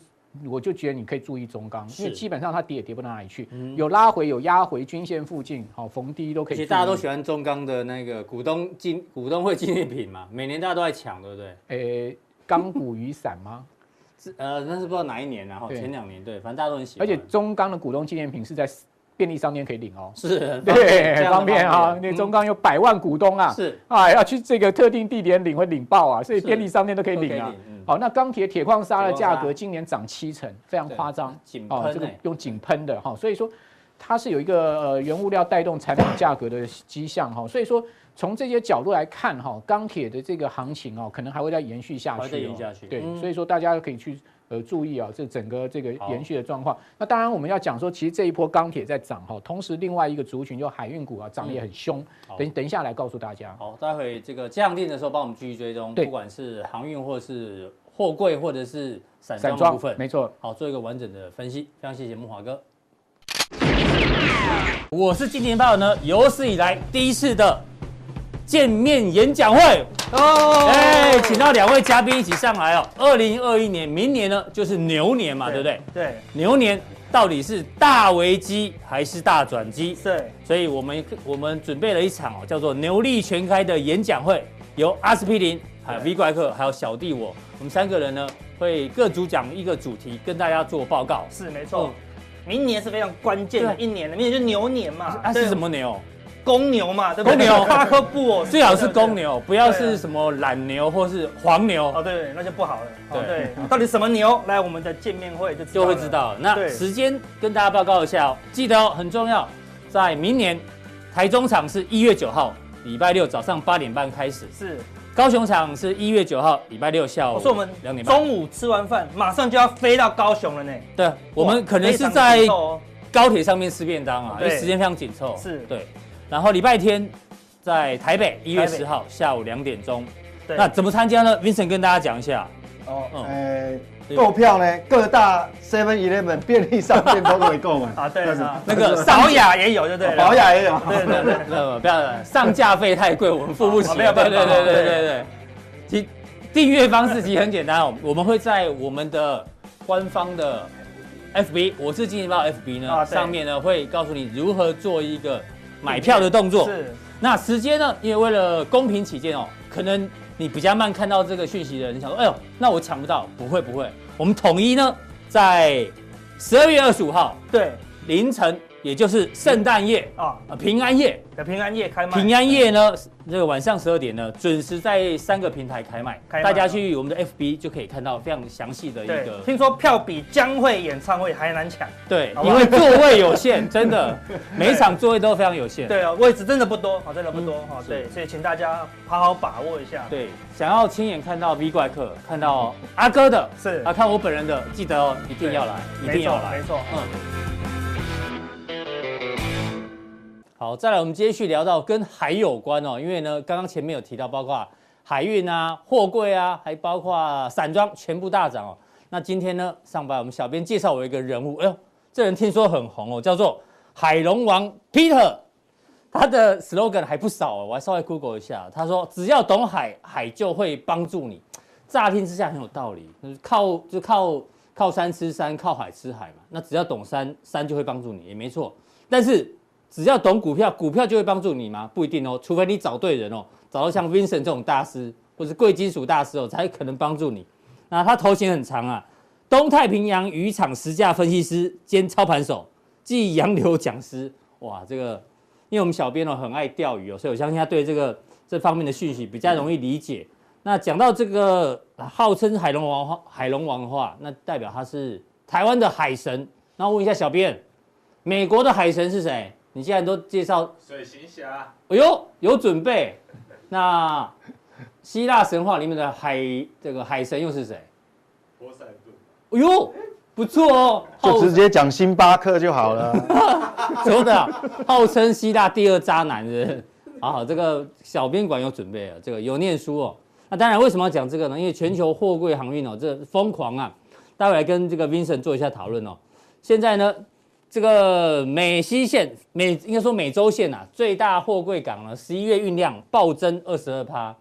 [SPEAKER 3] 我就觉得你可以注意中钢，因
[SPEAKER 2] 是
[SPEAKER 3] 为
[SPEAKER 2] 嗯
[SPEAKER 3] 基本上它跌也跌不到哪里去，有拉回有压回均线附近，好逢低都可
[SPEAKER 2] 而
[SPEAKER 3] 以注
[SPEAKER 2] 且
[SPEAKER 3] 意。
[SPEAKER 2] 大家都喜欢中钢的那个股东纪股东会纪念品嘛，每年大家都在抢，对不对？
[SPEAKER 3] 诶钢骨雨伞 吗？
[SPEAKER 2] 是呃，那是不知道哪一年啊，然后
[SPEAKER 3] 对
[SPEAKER 2] 前两年对，反正大家都很喜
[SPEAKER 3] 而
[SPEAKER 2] 欢。
[SPEAKER 3] 且中钢的股东纪念品是在便利商店可以领哦。
[SPEAKER 2] 是很方便
[SPEAKER 3] 对，
[SPEAKER 2] 这样
[SPEAKER 3] 很方便啊！那
[SPEAKER 2] 嗯
[SPEAKER 3] 中钢有百万股东啊，
[SPEAKER 2] 是
[SPEAKER 3] 啊，要去这个特定地点领会领爆啊，所以
[SPEAKER 2] 是
[SPEAKER 3] 便利商店都可以
[SPEAKER 2] 都可以
[SPEAKER 3] 领啊
[SPEAKER 2] 领嗯。
[SPEAKER 3] 好，那钢铁铁矿砂的
[SPEAKER 2] 铁矿
[SPEAKER 3] 价
[SPEAKER 2] 砂
[SPEAKER 3] 格今年涨七成，非常
[SPEAKER 2] 对
[SPEAKER 3] 夸张
[SPEAKER 2] 井
[SPEAKER 3] 哦
[SPEAKER 2] 喷
[SPEAKER 3] 这个
[SPEAKER 2] 欸
[SPEAKER 3] 用井喷的哈，所以说它是有一个呃原物料带动产品价格的迹象哈，所以说从这些角度来看哈，钢铁的这个行情哦，可能还会再延续下去
[SPEAKER 2] 还会
[SPEAKER 3] 哦，
[SPEAKER 2] 再延续下去
[SPEAKER 3] 对
[SPEAKER 2] 嗯，
[SPEAKER 3] 所以说大家可以去。呃，注意啊、这整个这个
[SPEAKER 2] 好
[SPEAKER 3] 延续的状况。那当然，我们要讲说，其实这一波钢铁在涨哈，同时另外一个族群就海运股啊，涨得也很凶。
[SPEAKER 2] 嗯好
[SPEAKER 3] 等等一下来告诉大家。
[SPEAKER 2] 好，待会这个降定的时候，帮我们继续追踪，
[SPEAKER 3] 对
[SPEAKER 2] 不管是航运或是货柜或者是散装
[SPEAKER 3] 散
[SPEAKER 2] 的
[SPEAKER 3] 装
[SPEAKER 2] 部分，
[SPEAKER 3] 没错，
[SPEAKER 2] 好做一个完整的分析。非常谢谢木华哥。我是金钱豹呢，有史以来第一次的见面演讲会，
[SPEAKER 3] 哦
[SPEAKER 2] 哎，请到两位嘉宾一起上来哦。二零二一年，明年呢就是牛年嘛，对不对？
[SPEAKER 4] 对，
[SPEAKER 2] 牛年到底是大危机还是大转机？
[SPEAKER 4] 对，
[SPEAKER 2] 所以我们我们准备了一场哦，叫做牛力全开的演讲会，由阿司匹林、还有 V 怪客还有小弟我，我们三个人呢会各主讲一个主题，跟大家做报告。
[SPEAKER 4] 是没错。明年是非常关键的
[SPEAKER 2] 哦对
[SPEAKER 4] 一年的，明年就是牛年嘛，
[SPEAKER 2] 啊，
[SPEAKER 4] 对
[SPEAKER 2] 是什？么牛？
[SPEAKER 4] 公牛嘛，对不
[SPEAKER 2] 公
[SPEAKER 4] 对？
[SPEAKER 2] 牛
[SPEAKER 4] 巴克布哦，
[SPEAKER 2] 最好是公牛，不要
[SPEAKER 4] 对
[SPEAKER 2] 是
[SPEAKER 4] 啊
[SPEAKER 2] 什么懒牛或是黄牛
[SPEAKER 4] 哦，，对，那就不好了。哦
[SPEAKER 2] 对
[SPEAKER 4] 对，到底什么牛？来我们的见面会就知道
[SPEAKER 2] 就
[SPEAKER 4] 了
[SPEAKER 2] 会知。道了。那
[SPEAKER 4] 对
[SPEAKER 2] 时间跟大家报告一下哦，记得哦，很重要，在明年台中场是一月九号，礼拜六早上八点半开始；
[SPEAKER 4] 是，
[SPEAKER 2] 高雄场是一月九号，礼拜六下午
[SPEAKER 4] 我哦说我们
[SPEAKER 2] 哦两点半。
[SPEAKER 4] 中午吃完饭，马上就要飞到高雄了呢。
[SPEAKER 2] 对，我们可能
[SPEAKER 4] 非
[SPEAKER 2] 是
[SPEAKER 4] 常
[SPEAKER 2] 在
[SPEAKER 4] 紧凑哦
[SPEAKER 2] 高铁上面吃便当啊，因
[SPEAKER 4] 对
[SPEAKER 2] 为时间非常紧凑。
[SPEAKER 4] 是
[SPEAKER 2] 对。然后礼拜天在台北一月
[SPEAKER 4] 台北
[SPEAKER 2] 十号下午两点钟。
[SPEAKER 4] 对
[SPEAKER 2] 那怎么参加呢？Vincent 跟大家讲一下。
[SPEAKER 4] 哦
[SPEAKER 2] 嗯
[SPEAKER 5] 呃，购票呢，各大 Seven Eleven 便利商店都可 以购买
[SPEAKER 4] 啊，对
[SPEAKER 5] 但是
[SPEAKER 4] 了，
[SPEAKER 2] 那个哦
[SPEAKER 4] 保雅也有，对不
[SPEAKER 2] 啊
[SPEAKER 4] 对了？
[SPEAKER 5] 保雅也有。
[SPEAKER 4] 对对对，
[SPEAKER 2] 那呃不要上架费太贵，我们付不起。
[SPEAKER 4] 哦没有办法
[SPEAKER 2] 对对对对
[SPEAKER 4] 对
[SPEAKER 2] 对对。其实订阅方式其实很简单哦，我们会在我们的官方的 FB，我是经营报 FB 呢
[SPEAKER 4] 啊对
[SPEAKER 2] 上面呢会告诉你如何做一个买票的动作。
[SPEAKER 4] 是
[SPEAKER 2] 那时间呢？因为为了公平起见哦，可能你比较慢看到这个讯息的人，想说，哎呦，那我抢不到，不会不会，我们统一呢，在十二月二十五号
[SPEAKER 4] 对
[SPEAKER 2] 凌晨，也就是圣诞夜
[SPEAKER 4] 啊，
[SPEAKER 2] 啊、平安夜、
[SPEAKER 4] 平安夜开卖，
[SPEAKER 2] 平安夜呢，这个晚上十二点呢，准时在三个平台开卖，
[SPEAKER 4] 开卖
[SPEAKER 2] 大家去我们的 FB 就可以看到非常详细的一
[SPEAKER 4] 对
[SPEAKER 2] 个，
[SPEAKER 4] 听说票比江蕙演唱会还难抢，
[SPEAKER 2] 对，
[SPEAKER 4] 好吧
[SPEAKER 2] 因为座位有限， 真的每一场座位都非常有限。
[SPEAKER 4] 对啊，位置真的不多，啊，真的不多
[SPEAKER 2] 嗯
[SPEAKER 4] 哈，
[SPEAKER 2] 是
[SPEAKER 4] 对，所以请大家好好把握一下。
[SPEAKER 2] 对，想要亲眼看到 V 怪客，看到阿哥的，
[SPEAKER 4] 是
[SPEAKER 2] 啊，看我本人的，记得哦，一
[SPEAKER 4] 对，
[SPEAKER 2] 定要来，一定
[SPEAKER 4] 没
[SPEAKER 2] 要
[SPEAKER 4] 错
[SPEAKER 2] 来
[SPEAKER 4] 没。错，哦
[SPEAKER 2] 嗯。好，再来，我们接续聊到跟海有关哦，因为呢，刚刚前面有提到，包括海运啊、货柜啊，还包括散装，全部大涨哦。那今天呢，上班我们小编介绍我一个人物，哎呦，这人听说很红哦，叫做海龙王 Peter，他的 slogan 还不少哦，我还稍微 Google 一下，他说只要懂海，海就会帮助你。乍听之下很有道理，就是靠就靠靠山吃山，靠海吃海嘛。那只要懂山，山就会帮助你，也没错。但是只要懂股票，股票就会帮助你吗？不一定哦，除非你找对人哦，找到像 Vincent 这种大师，或是贵金属大师哦，才可能帮助你。那他头衔很长啊，东太平洋渔场实价分析师兼操盘手，暨洋流讲师。哇，这个因为我们小编哦很爱钓鱼哦，所以我相信他对这个这方面的讯息比较容易理解。那讲到这个号称海龙王海龙王的话，那代表他是台湾的海神。那问一下小编，美国的海神是谁？你既然都介绍，
[SPEAKER 6] 水行侠，
[SPEAKER 2] 哎呦，有准备。那希腊神话里面的海这个海神又是谁？
[SPEAKER 6] 波塞冬，
[SPEAKER 2] 哎呦，不错哦，
[SPEAKER 5] 就
[SPEAKER 2] 号
[SPEAKER 5] 直接讲星巴克就好了。
[SPEAKER 2] 说的啊、号称希腊第二渣男是不是好好，这个小编馆有准备了，这个有念书哦。那当然，为什么要讲这个呢？因为全球货柜航运哦，这疯狂啊！待会来跟这个 Vincent 做一下讨论哦。现在呢，这个美西线美应该说美洲线啊，最大货柜港呢，十一月运量暴增二十二趴。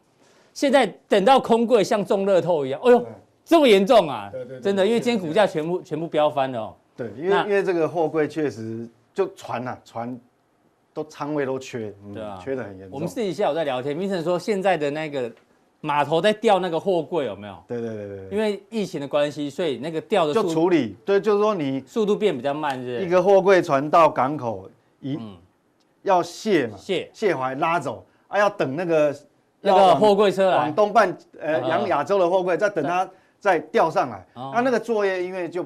[SPEAKER 2] 现在等到空柜像中乐透一样，哎呦，这么严重啊！
[SPEAKER 5] 对对对
[SPEAKER 2] 真的，因为今天股价全部全部飙翻了哦。
[SPEAKER 5] 对，因为
[SPEAKER 2] 那
[SPEAKER 5] 因为这个货柜确实就船呐，船都仓位都缺，嗯
[SPEAKER 2] 对啊
[SPEAKER 5] 缺的很严
[SPEAKER 2] 我们
[SPEAKER 5] 重。
[SPEAKER 2] 私底下有在聊天，Vincent 说现在的那个码头在吊那个货柜有没有？
[SPEAKER 5] 对对对对
[SPEAKER 2] 因
[SPEAKER 5] 对，
[SPEAKER 2] 为疫情的关系，所以那个吊的
[SPEAKER 5] 就
[SPEAKER 2] 速
[SPEAKER 5] 处理，对，就是说你
[SPEAKER 2] 速度变比较慢，是不是？
[SPEAKER 5] 一个货柜船到港口一
[SPEAKER 2] 嗯
[SPEAKER 5] 要卸嘛，
[SPEAKER 2] 卸
[SPEAKER 5] 卸完拉走，啊，要等那个
[SPEAKER 2] 那
[SPEAKER 5] 要
[SPEAKER 2] 个
[SPEAKER 5] 往
[SPEAKER 2] 货柜车
[SPEAKER 5] 往
[SPEAKER 2] 来，
[SPEAKER 5] 东半呃
[SPEAKER 2] 嗯
[SPEAKER 5] 洋亚洲的货柜，再等它再吊上来。
[SPEAKER 2] 哦
[SPEAKER 5] 那那个作业因为就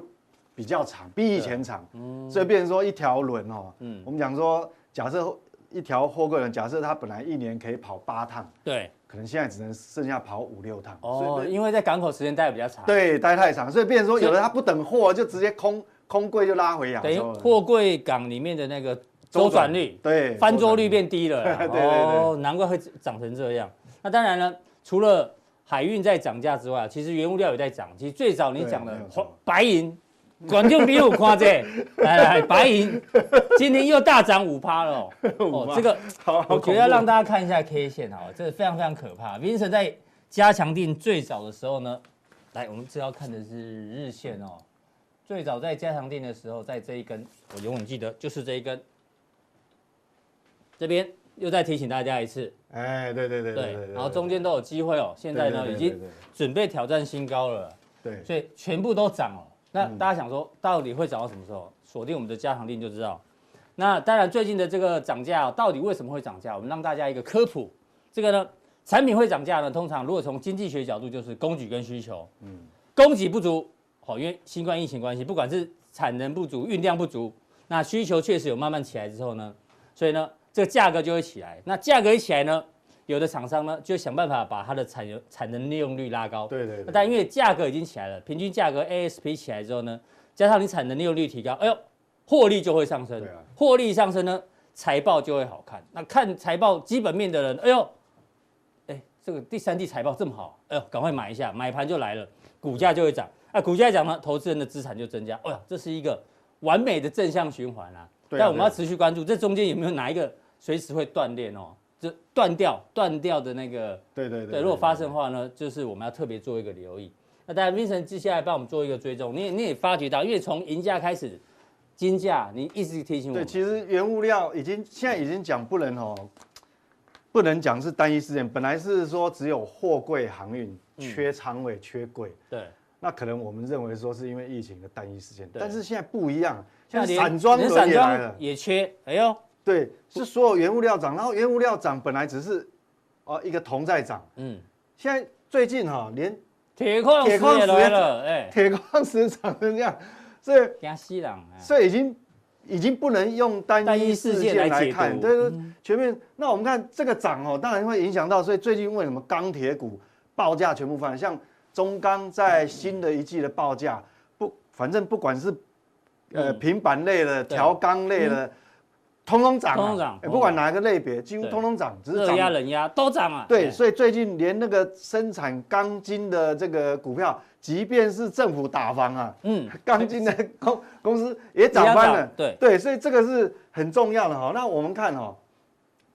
[SPEAKER 5] 比较长，比以前长，所以变成说一条轮哦
[SPEAKER 2] 嗯。
[SPEAKER 5] 我们讲说，假设一条货柜轮，假设它本来一年可以跑八趟，
[SPEAKER 2] 对，
[SPEAKER 5] 可能现在只能剩下跑五六趟。所
[SPEAKER 2] 哦，
[SPEAKER 5] 以
[SPEAKER 2] 因为在港口时间待的比较长，，
[SPEAKER 5] 对待太长，所以变成说
[SPEAKER 2] 所以
[SPEAKER 5] 有的它不等货，就直接空空柜就拉回亚
[SPEAKER 2] 等于
[SPEAKER 5] 洲了。
[SPEAKER 2] 货柜港里面的那个周转率、
[SPEAKER 5] 对
[SPEAKER 2] 翻桌
[SPEAKER 5] 周转
[SPEAKER 2] 率变低了啦
[SPEAKER 5] 对对对
[SPEAKER 2] 哦，难怪会长成这样。那当然呢，除了海运在涨价之外，啊其实原物料也在涨。其实最早你讲的
[SPEAKER 5] 对没
[SPEAKER 2] 黄
[SPEAKER 5] 有错
[SPEAKER 2] 白银，管仲比有看 这，来来哎白银今天又大涨五趴了 哦。哦，这个
[SPEAKER 5] 好好
[SPEAKER 2] 我觉得
[SPEAKER 5] 恐怖哦
[SPEAKER 2] 要让大家看一下 K 线好了，这非常非常可怕。Vincent 在加强定最早的时候呢，来我们这要看的是日线哦，最早在加强定的时候，在这一根，我永远记得就是这一根，这边又再提醒大家一次，
[SPEAKER 5] 哎，对对对对对，
[SPEAKER 2] 然后中间都有机会哦。现在呢，
[SPEAKER 5] 对对对
[SPEAKER 2] 已
[SPEAKER 5] 对
[SPEAKER 2] 经
[SPEAKER 5] 对对
[SPEAKER 2] 准备挑战新高了，
[SPEAKER 5] 对
[SPEAKER 2] 所以全部都涨哦。那大家想说，到底会涨到什么时候？锁定我们的加强定就知道。那当然，最近的这个涨价、哦、到底为什么会涨价？我们让大家一个科普。这个呢，产品会涨价呢，通常如果从经济学角度，就是供给跟需求。嗯，供给不足，好，因为新冠疫情关系，不管是产能不足、运量不足，那需求确实有慢慢起来之后呢，所以呢，这个价格就会起来。那价格一起来呢，有的厂商呢就想办法把它的产油产能利用率拉高。
[SPEAKER 5] 对对对
[SPEAKER 2] 但因为价格已经起来了，平均价格 ASP 起来之后呢，加上你产能利用率提高，哎呦，获利就会上升。
[SPEAKER 5] 对啊
[SPEAKER 2] 获利上升呢，财报就会好看。那看财报基本面的人，哎呦，哎，这个第三季财报这么好，哎呦，赶快买一下，买盘就来了，股价就会涨。那、股价涨呢，投资人的资产就增加。哎呀，这是一个完美的正向循环啊。
[SPEAKER 5] 对啊
[SPEAKER 2] 但我们要
[SPEAKER 5] 对啊
[SPEAKER 2] 持续关注，这中间有没有哪一个随时会断裂哦？这断掉断掉的那个
[SPEAKER 5] 对对
[SPEAKER 2] 对，如果发生的话呢，就是我们要特别做一个留意。那当然，Vincent 接下来帮我们做一个追踪，你也你也发觉到，因为从银价开始，金价你一直提醒我
[SPEAKER 5] 对，
[SPEAKER 2] 们，
[SPEAKER 5] 其实原物料已经现在已经讲不能哦，不能讲是单一事件，本来是说只有货柜航运
[SPEAKER 2] 嗯
[SPEAKER 5] 缺仓位、缺柜，
[SPEAKER 2] 对，
[SPEAKER 5] 那可能我们认为说是因为疫情的单一事件，
[SPEAKER 2] 对
[SPEAKER 5] 但是现在不一样，现
[SPEAKER 2] 那
[SPEAKER 5] 在
[SPEAKER 2] 连
[SPEAKER 5] 散装
[SPEAKER 2] 连
[SPEAKER 5] 轮
[SPEAKER 2] 散
[SPEAKER 5] 也来了
[SPEAKER 2] 装，也缺，哎呦，
[SPEAKER 5] 对，是所有原物料涨，然后原物料涨本来只是哦一个铜在涨，
[SPEAKER 2] 嗯，
[SPEAKER 5] 现在最近哈、连
[SPEAKER 2] 铁矿石
[SPEAKER 5] 铁矿石
[SPEAKER 2] 也来了，哎，
[SPEAKER 5] 铁矿石涨成这样，所以
[SPEAKER 2] 加西朗，哎
[SPEAKER 5] 所以已经已经不能用单
[SPEAKER 2] 单
[SPEAKER 5] 一
[SPEAKER 2] 一
[SPEAKER 5] 事
[SPEAKER 2] 事件
[SPEAKER 5] 件
[SPEAKER 2] 来
[SPEAKER 5] 来
[SPEAKER 2] 解
[SPEAKER 5] 看，
[SPEAKER 2] 读
[SPEAKER 5] 对，嗯就是全面。那我们看这个涨哦，当然会影响到，所以最近为什么钢铁股报价全部翻？像中钢在新的一季的报价，不，反正不管是呃
[SPEAKER 2] 嗯
[SPEAKER 5] 平板类的、
[SPEAKER 2] 对
[SPEAKER 5] 调钢类的，通通涨啊，
[SPEAKER 2] 通通涨
[SPEAKER 5] 哎
[SPEAKER 2] 通通
[SPEAKER 5] 不管哪个类别，几乎
[SPEAKER 2] 对
[SPEAKER 5] 通通涨，只是
[SPEAKER 2] 热
[SPEAKER 5] 涨
[SPEAKER 2] 压冷压都涨啊，
[SPEAKER 5] 对，
[SPEAKER 2] 哎
[SPEAKER 5] 所以最近连那个生产钢筋的这个股票，即便是政府打房啊，
[SPEAKER 2] 嗯，
[SPEAKER 5] 钢筋的公公司也涨翻
[SPEAKER 2] 也要
[SPEAKER 5] 了
[SPEAKER 2] 涨。对
[SPEAKER 5] 对，所以这个是很重要的哈。那我们看哈，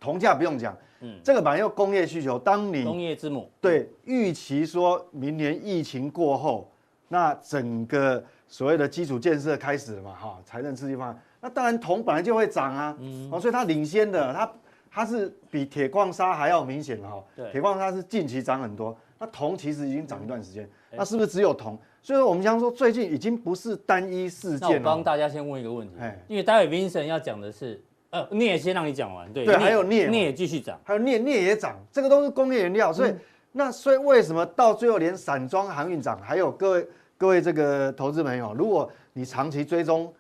[SPEAKER 5] 铜价不用讲，
[SPEAKER 2] 嗯
[SPEAKER 5] 这个本来又工业需求，当
[SPEAKER 2] 工
[SPEAKER 5] 你
[SPEAKER 2] 业之母，
[SPEAKER 5] 嗯对预期说明年疫情过后，那整个所谓的基础建设开始了嘛，哈，财政刺激方案，那当然铜本来就会涨啊，
[SPEAKER 2] 嗯
[SPEAKER 5] 哦，所以它领先的，它它是比铁矿砂还要明显的哈
[SPEAKER 2] 对，
[SPEAKER 5] 铁矿砂是近期涨很多，那铜其实已经涨一段时间，那是不是只有铜？所以我们想说，最近已经不是单一事
[SPEAKER 2] 那我
[SPEAKER 5] 件
[SPEAKER 2] 帮
[SPEAKER 5] 了，
[SPEAKER 2] 大家先问一个问题
[SPEAKER 5] 哎，
[SPEAKER 2] 因为待会 Vincent 要讲的是，呃，镍也先让你讲完，对
[SPEAKER 5] 对还有镍嘛
[SPEAKER 2] 镍也继续涨，
[SPEAKER 5] 还有镍镍也涨，这个都是工业原料，
[SPEAKER 2] 嗯
[SPEAKER 5] 所以、那所以为什么到最后连散装航运涨？还有各位各位这个投资朋友，如果你长期追踪，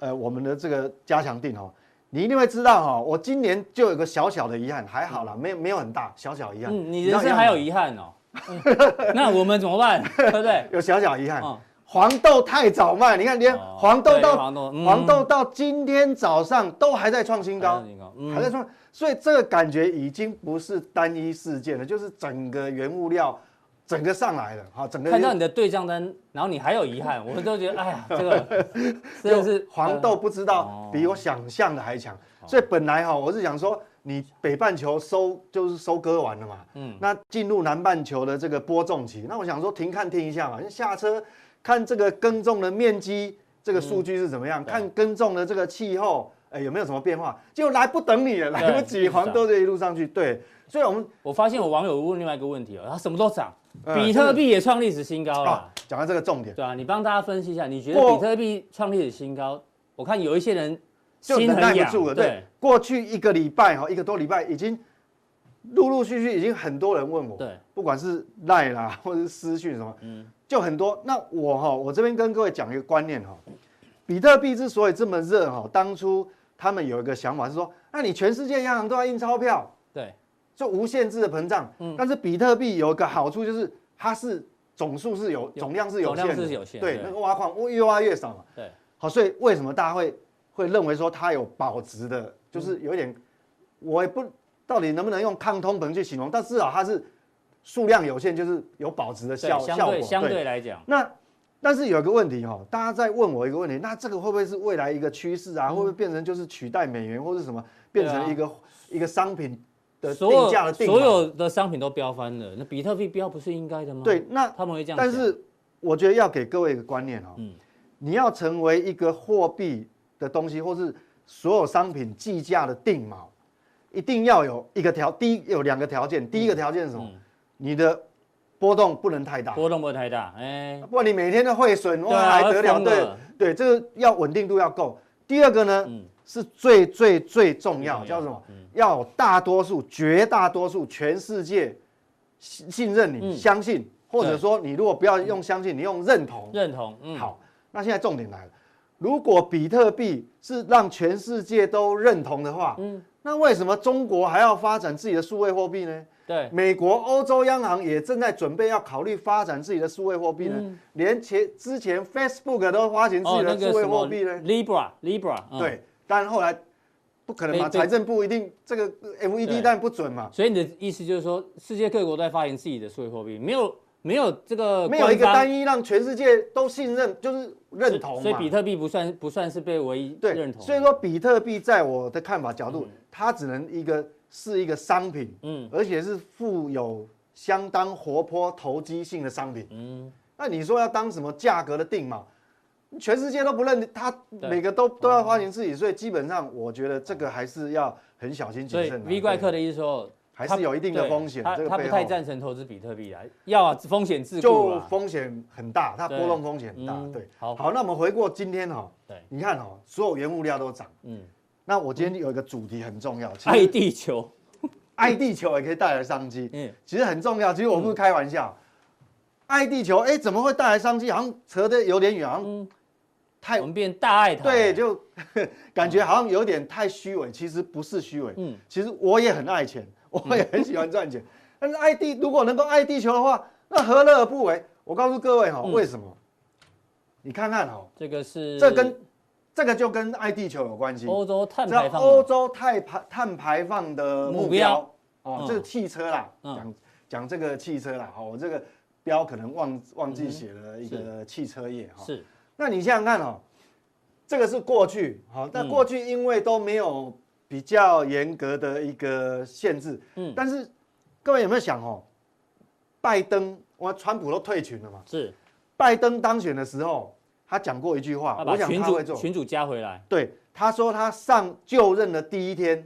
[SPEAKER 5] 呃，我们的这个加强定哦，你一定会知道哈、哦，我今年就有个小小的遗憾，还好啦，没有没有很大，小小遗憾。
[SPEAKER 2] 嗯，你
[SPEAKER 5] 知道
[SPEAKER 2] 人生还有
[SPEAKER 5] 憾
[SPEAKER 2] 遗憾哦。嗯那我们怎么办？对不对
[SPEAKER 5] 吗？有小小遗憾。
[SPEAKER 2] 嗯
[SPEAKER 5] 黄豆太早卖，你看连
[SPEAKER 2] 哦
[SPEAKER 5] 黄豆
[SPEAKER 2] 对
[SPEAKER 5] 到、
[SPEAKER 2] 黄豆嗯
[SPEAKER 5] 黄豆到今天早上都还在创新高
[SPEAKER 2] 还在，新高嗯
[SPEAKER 5] 还在创，所以这个感觉已经不是单一事件了，就是整个原物料整个上来了，哈，整个
[SPEAKER 2] 看到你的对账单，然后你还有遗憾，我们都觉得，哎呀，这 个真的是嗯
[SPEAKER 5] 黄豆不知
[SPEAKER 2] 哦
[SPEAKER 5] 道比我想象的还强，所以本来哈、我是想说，你北半球收就是收割完了嘛，
[SPEAKER 2] 嗯
[SPEAKER 5] 嗯，那进入南半球的这个播种期，那我想说停看听一下嘛，下车看这个耕种的面积，这个
[SPEAKER 2] 嗯
[SPEAKER 5] 数据是怎么样，看耕种的这个气候，哎、有没有什么变化？结果来不等你了，来不
[SPEAKER 2] 一
[SPEAKER 5] 及，
[SPEAKER 2] 直涨
[SPEAKER 5] 黄豆就一路上去，对，所以我们
[SPEAKER 2] 我发现我网友问另外一个问题哦，他什么都涨，
[SPEAKER 5] 嗯
[SPEAKER 2] 比特币也创历史新高
[SPEAKER 5] 啊
[SPEAKER 2] 了，
[SPEAKER 5] 讲到这个重点，
[SPEAKER 2] 对啊，你帮大家分析一下，你觉得
[SPEAKER 5] 过
[SPEAKER 2] 比特币创历史新高？我看有一些人
[SPEAKER 5] 就
[SPEAKER 2] 心
[SPEAKER 5] 忍耐
[SPEAKER 2] 很
[SPEAKER 5] 不
[SPEAKER 2] 痒
[SPEAKER 5] 住，了。对，过去一个礼拜哈，一个多礼拜已经陆陆续续已经很多人问我，
[SPEAKER 2] 对，
[SPEAKER 5] 不管是赖啦 或者是私讯什么，就很多。那我哈，我这边跟各位讲一个观念哈，比特币之所以这么热哈，当初他们有一个想法是说，那你全世界央行都要印钞票，
[SPEAKER 2] 对，
[SPEAKER 5] 就无限制的膨胀。
[SPEAKER 2] 嗯
[SPEAKER 5] 但是比特币有一个好处就是它是总数是有总量是有限的，
[SPEAKER 2] 总量是有限
[SPEAKER 5] 对
[SPEAKER 2] 对，
[SPEAKER 5] 那个挖矿越挖越少嘛。
[SPEAKER 2] 对，
[SPEAKER 5] 好，所以为什么大家会会认为说它有保值的，
[SPEAKER 2] 嗯
[SPEAKER 5] 就是有一点，我也不到底能不能用抗通膨去形容，但至少它是数量有限，就是有保值的效
[SPEAKER 2] 对，相
[SPEAKER 5] 效果。
[SPEAKER 2] 对相对来讲，
[SPEAKER 5] 那但是有一个问题哈、哦，大家在问我一个问题，那这个会不会是未来一个趋势啊？会不会变成就是取代美元或是什么，
[SPEAKER 2] 嗯
[SPEAKER 5] 变
[SPEAKER 2] 对啊
[SPEAKER 5] 成一个、一个商品的
[SPEAKER 2] 所
[SPEAKER 5] 定价的
[SPEAKER 2] 有
[SPEAKER 5] 定
[SPEAKER 2] 所
[SPEAKER 5] 法
[SPEAKER 2] 有的商品都飙翻了，那比特币飙不是应该的吗？
[SPEAKER 5] 对，那
[SPEAKER 2] 他们会这样想，
[SPEAKER 5] 但是我觉得要给各位一个观念哦，
[SPEAKER 2] 嗯
[SPEAKER 5] 你要成为一个货币的东西，或是所有商品计价的定锚，一定要有一个条，第一有两个条件，第一个条件是什么？你的波动不能太大，
[SPEAKER 2] 嗯波动不会太大，哎，
[SPEAKER 5] 不然你每天都汇损，
[SPEAKER 2] 对啊
[SPEAKER 5] 哇，还
[SPEAKER 2] 会
[SPEAKER 5] 得了？
[SPEAKER 2] 疯的
[SPEAKER 5] 对对，这个要稳定度要够。第二个呢，
[SPEAKER 2] 嗯
[SPEAKER 5] 是最最最重要，
[SPEAKER 2] 最重要嗯
[SPEAKER 5] 叫什么？要有大多数、绝大多数全世界信信任你、
[SPEAKER 2] 嗯
[SPEAKER 5] 相信，或者
[SPEAKER 2] 对
[SPEAKER 5] 说你如果不要用相信，你用认同。
[SPEAKER 2] 认同，嗯，
[SPEAKER 5] 好，那现在重点来了，如果比特币是让全世界都认同的话，
[SPEAKER 2] 嗯
[SPEAKER 5] 那为什么中国还要发展自己的数位货币呢？
[SPEAKER 2] 对，
[SPEAKER 5] 美国、欧洲央行也正在准备要考虑发展自己的数位货币呢，
[SPEAKER 2] 嗯
[SPEAKER 5] 连前之前 Facebook 都发行自己
[SPEAKER 2] 哦那
[SPEAKER 5] 的
[SPEAKER 2] 个
[SPEAKER 5] 数位
[SPEAKER 2] 什
[SPEAKER 5] 货
[SPEAKER 2] 么
[SPEAKER 5] 币呢，
[SPEAKER 2] Libra，Libra，嗯，
[SPEAKER 5] 对，但后来不可能嘛，
[SPEAKER 2] 被被
[SPEAKER 5] 财政部一定这个
[SPEAKER 2] 对
[SPEAKER 5] 呃 FED 但不准嘛，
[SPEAKER 2] 所以你的意思就是说，世界各国都在发行自己的数字货币，没有没有这个
[SPEAKER 5] 没有一个
[SPEAKER 2] 呃官方
[SPEAKER 5] 单一让全世界都信任，就是认同嘛，
[SPEAKER 2] 所以比特币不算不算是被唯一认
[SPEAKER 5] 对，
[SPEAKER 2] 同。
[SPEAKER 5] 所以说比特币在我的看法角度，它只能一个是一个商品，
[SPEAKER 2] 嗯
[SPEAKER 5] 而且是富有相当活泼投机性的商品。
[SPEAKER 2] 嗯，
[SPEAKER 5] 那你说要当什么价格的定锚？全世界都不认，它
[SPEAKER 2] 对嗯
[SPEAKER 5] 每个都都要发行自己，所以基本上我觉得这个还是要很小心
[SPEAKER 2] 所
[SPEAKER 5] 谨
[SPEAKER 2] 以
[SPEAKER 5] 慎啊。
[SPEAKER 2] V 怪客的
[SPEAKER 5] 对
[SPEAKER 2] 意思说，
[SPEAKER 5] 还
[SPEAKER 2] 他
[SPEAKER 5] 是有一定的
[SPEAKER 2] 对
[SPEAKER 5] 风险
[SPEAKER 2] 他
[SPEAKER 5] 这个
[SPEAKER 2] 他
[SPEAKER 5] 背
[SPEAKER 2] 不太
[SPEAKER 5] 后
[SPEAKER 2] 赞成投资比特币啊，要啊风险自顾
[SPEAKER 5] 就
[SPEAKER 2] 啊。
[SPEAKER 5] 风险很大，它
[SPEAKER 2] 对
[SPEAKER 5] 波动风险很大
[SPEAKER 2] 嗯。
[SPEAKER 5] 对，
[SPEAKER 2] 好
[SPEAKER 5] 好，那我们回过今天哈
[SPEAKER 2] 对，
[SPEAKER 5] 你看哈，所有原物料都涨。
[SPEAKER 2] 嗯，
[SPEAKER 5] 那我今天有一个主题很重要，其
[SPEAKER 2] 爱
[SPEAKER 5] 实
[SPEAKER 2] 地球，
[SPEAKER 5] 爱地球也可以带来商机。
[SPEAKER 2] 嗯，
[SPEAKER 5] 其实很重要。其实我不是开玩笑，爱地球，哎，怎么会带来商机？好像扯得有点远，好
[SPEAKER 2] 嗯
[SPEAKER 5] 像太
[SPEAKER 2] 我们变大爱台。
[SPEAKER 5] 对，就 感觉好像有点太虚伪。其实不是虚伪，
[SPEAKER 2] 嗯
[SPEAKER 5] 嗯，其实我也很爱钱，我也很喜欢赚钱。但是爱地如果能够爱地球的话，那何乐而不为？我告诉各位
[SPEAKER 2] 嗯
[SPEAKER 5] 哈、为什么？你看看哈、
[SPEAKER 2] 这个是
[SPEAKER 5] 这跟这个就跟爱地球有关系。
[SPEAKER 2] 欧洲碳
[SPEAKER 5] 只
[SPEAKER 2] 排
[SPEAKER 5] 要
[SPEAKER 2] 放
[SPEAKER 5] 欧
[SPEAKER 2] 嘛
[SPEAKER 5] 洲碳排碳排放的目
[SPEAKER 2] 目标
[SPEAKER 5] 标哦
[SPEAKER 2] 嗯，
[SPEAKER 5] 这个汽车啦，
[SPEAKER 2] 嗯
[SPEAKER 5] 讲讲这个汽车啦，哦，我这个标可能忘忘记写了一个汽车业哈。
[SPEAKER 2] 嗯是
[SPEAKER 5] 那你想想看哦，这个是过去，
[SPEAKER 2] 嗯
[SPEAKER 5] 好，那过去因为都没有比较严格的一个限制，
[SPEAKER 2] 嗯
[SPEAKER 5] 嗯，但是各位有没有想哦，拜登，我川普都退群了嘛，
[SPEAKER 2] 是，
[SPEAKER 5] 拜登当选的时候，他讲过一句话
[SPEAKER 2] 要，啊把
[SPEAKER 5] 我想
[SPEAKER 2] 群
[SPEAKER 5] 他会
[SPEAKER 2] 主
[SPEAKER 5] 做，
[SPEAKER 2] 群主加回来。
[SPEAKER 5] 对，他说他上就任的第一天，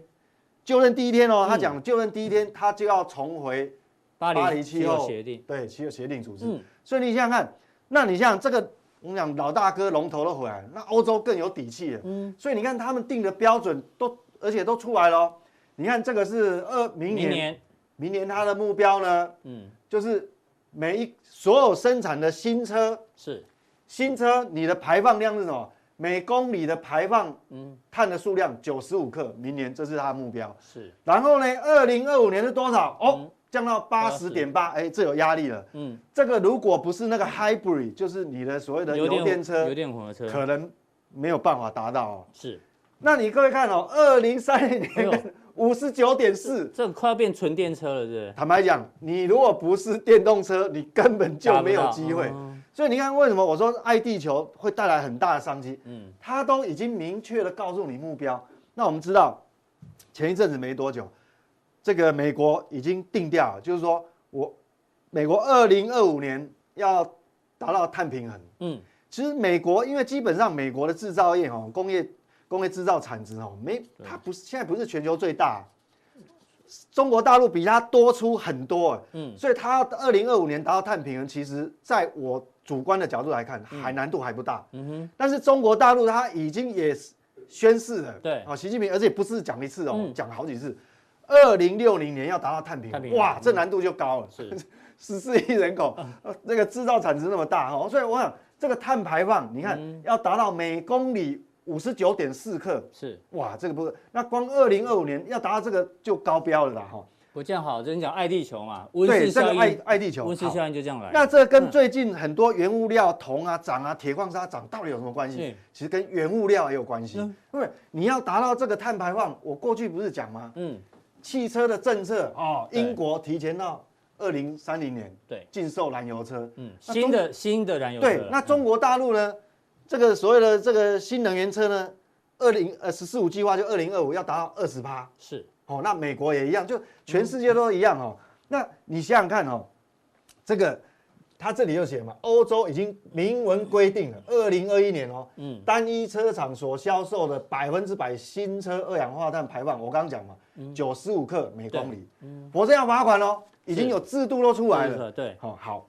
[SPEAKER 5] 就任第一天
[SPEAKER 2] 嗯
[SPEAKER 5] 哦，他讲就任第一天，他就要重回
[SPEAKER 2] 巴黎
[SPEAKER 5] 巴黎气候
[SPEAKER 2] 协定，
[SPEAKER 5] 对气候协定组织。
[SPEAKER 2] 嗯
[SPEAKER 5] 所以你想想看，那你像这个，我们讲老大哥龙头都回来了，那欧洲更有底气了。
[SPEAKER 2] 嗯
[SPEAKER 5] 所以你看他们定的标准都，而且都出来了哦。你看这个是二明
[SPEAKER 2] 明
[SPEAKER 5] 年，
[SPEAKER 2] 年
[SPEAKER 5] 明年他的目标呢，
[SPEAKER 2] 嗯
[SPEAKER 5] 就是每一所有生产的新车
[SPEAKER 2] 是
[SPEAKER 5] 新车你的排放量是什么？每公里的排放，
[SPEAKER 2] 嗯
[SPEAKER 5] 碳的数量九十五克，明年这是它的目标。
[SPEAKER 2] 是
[SPEAKER 5] 然后呢，二零二五年是多少？哦，降到八十点八，哎，这有压力了。
[SPEAKER 2] 嗯
[SPEAKER 5] 这个如果不是那个 hybrid，就是你的所谓的油电车
[SPEAKER 2] 油，电混合车
[SPEAKER 5] 可能没有办法达到哦。
[SPEAKER 2] 是
[SPEAKER 5] 那你各位看哦，二零三零
[SPEAKER 2] 哎呦
[SPEAKER 5] 年五十九点四，
[SPEAKER 2] 这快要变纯电车了，是
[SPEAKER 5] 坦白讲，你如果不是电动车，你根本就没有机
[SPEAKER 2] 达
[SPEAKER 5] 会
[SPEAKER 2] 不到嗯。
[SPEAKER 5] 所以你看，为什么我说爱地球会带来很大的商机？
[SPEAKER 2] 嗯
[SPEAKER 5] 嗯，它都已经明确的告诉你目标。那我们知道，前一阵子没多久，这个美国已经定掉了，就是说我美国二零二五年要达到碳平衡。
[SPEAKER 2] 不是？嗯，
[SPEAKER 5] 其实美国因为基本上美国的制造业哦，工业工业制造产值哦，没它不是现在不是全球最大，中国大陆比它多出很多，
[SPEAKER 2] 嗯
[SPEAKER 5] 嗯，所以它要二零二五年达到碳平衡，其实在我主观的角度来看，还难度还不大，嗯哼，但是中国大陆它已经也是宣誓了，
[SPEAKER 2] 对
[SPEAKER 5] 哦，习近平，而且不是讲一次哦
[SPEAKER 2] 嗯，
[SPEAKER 5] 讲了好几次。二零六零年要达到碳平
[SPEAKER 2] 碳
[SPEAKER 5] 衡，
[SPEAKER 2] 平衡
[SPEAKER 5] 哇，这难度就高了。
[SPEAKER 2] 是 嗯
[SPEAKER 5] 十四亿人口，呃那个制造产值那么大哦，所以我想这个碳排放，你看、
[SPEAKER 2] 嗯
[SPEAKER 5] 要达到每公里五十九点四克，
[SPEAKER 2] 是。
[SPEAKER 5] 哇，这个不是，那光二零二五年要达到这个就高标了啦哈、
[SPEAKER 2] 我这样好，就是讲爱地球嘛，温室
[SPEAKER 5] 对，这
[SPEAKER 2] 效
[SPEAKER 5] 个爱
[SPEAKER 2] 应，
[SPEAKER 5] 爱地球，
[SPEAKER 2] 温室
[SPEAKER 5] 好
[SPEAKER 2] 效应就这样来。
[SPEAKER 5] 那这跟最近很多原物料铜啊涨啊、铁矿砂涨到底有什么关
[SPEAKER 2] 对
[SPEAKER 5] 系？其实跟原物料也有关系，
[SPEAKER 2] 嗯
[SPEAKER 5] 因为你要达到这个碳排放，我过去不是讲吗？
[SPEAKER 2] 嗯，
[SPEAKER 5] 汽车的政策哦，
[SPEAKER 2] 对
[SPEAKER 5] 英国提前到二零三零年
[SPEAKER 2] 对，
[SPEAKER 5] 禁售燃油车，
[SPEAKER 2] 嗯，
[SPEAKER 5] 那
[SPEAKER 2] 新
[SPEAKER 5] 中
[SPEAKER 2] 的新的燃油车了。
[SPEAKER 5] 对，那
[SPEAKER 2] 嗯
[SPEAKER 5] 中国大陆呢，这个所谓的这个新能源车呢，二零呃“十四五”计划就二零二五要达到二十趴
[SPEAKER 2] 是
[SPEAKER 5] 哦。那美
[SPEAKER 2] 嗯
[SPEAKER 5] 国也一样，就全世界都一样哦。那你想想看哦，这个它这里就写嘛，欧洲已经明文规定了，二零二一年哦，
[SPEAKER 2] 嗯
[SPEAKER 5] 单一车厂所销售的百分之百新车二氧化碳排放，我刚刚讲嘛，
[SPEAKER 2] 嗯
[SPEAKER 5] 九十五克每公里，我这要罚款哦，已经有制度都出来了。
[SPEAKER 2] 对，
[SPEAKER 5] 好、好，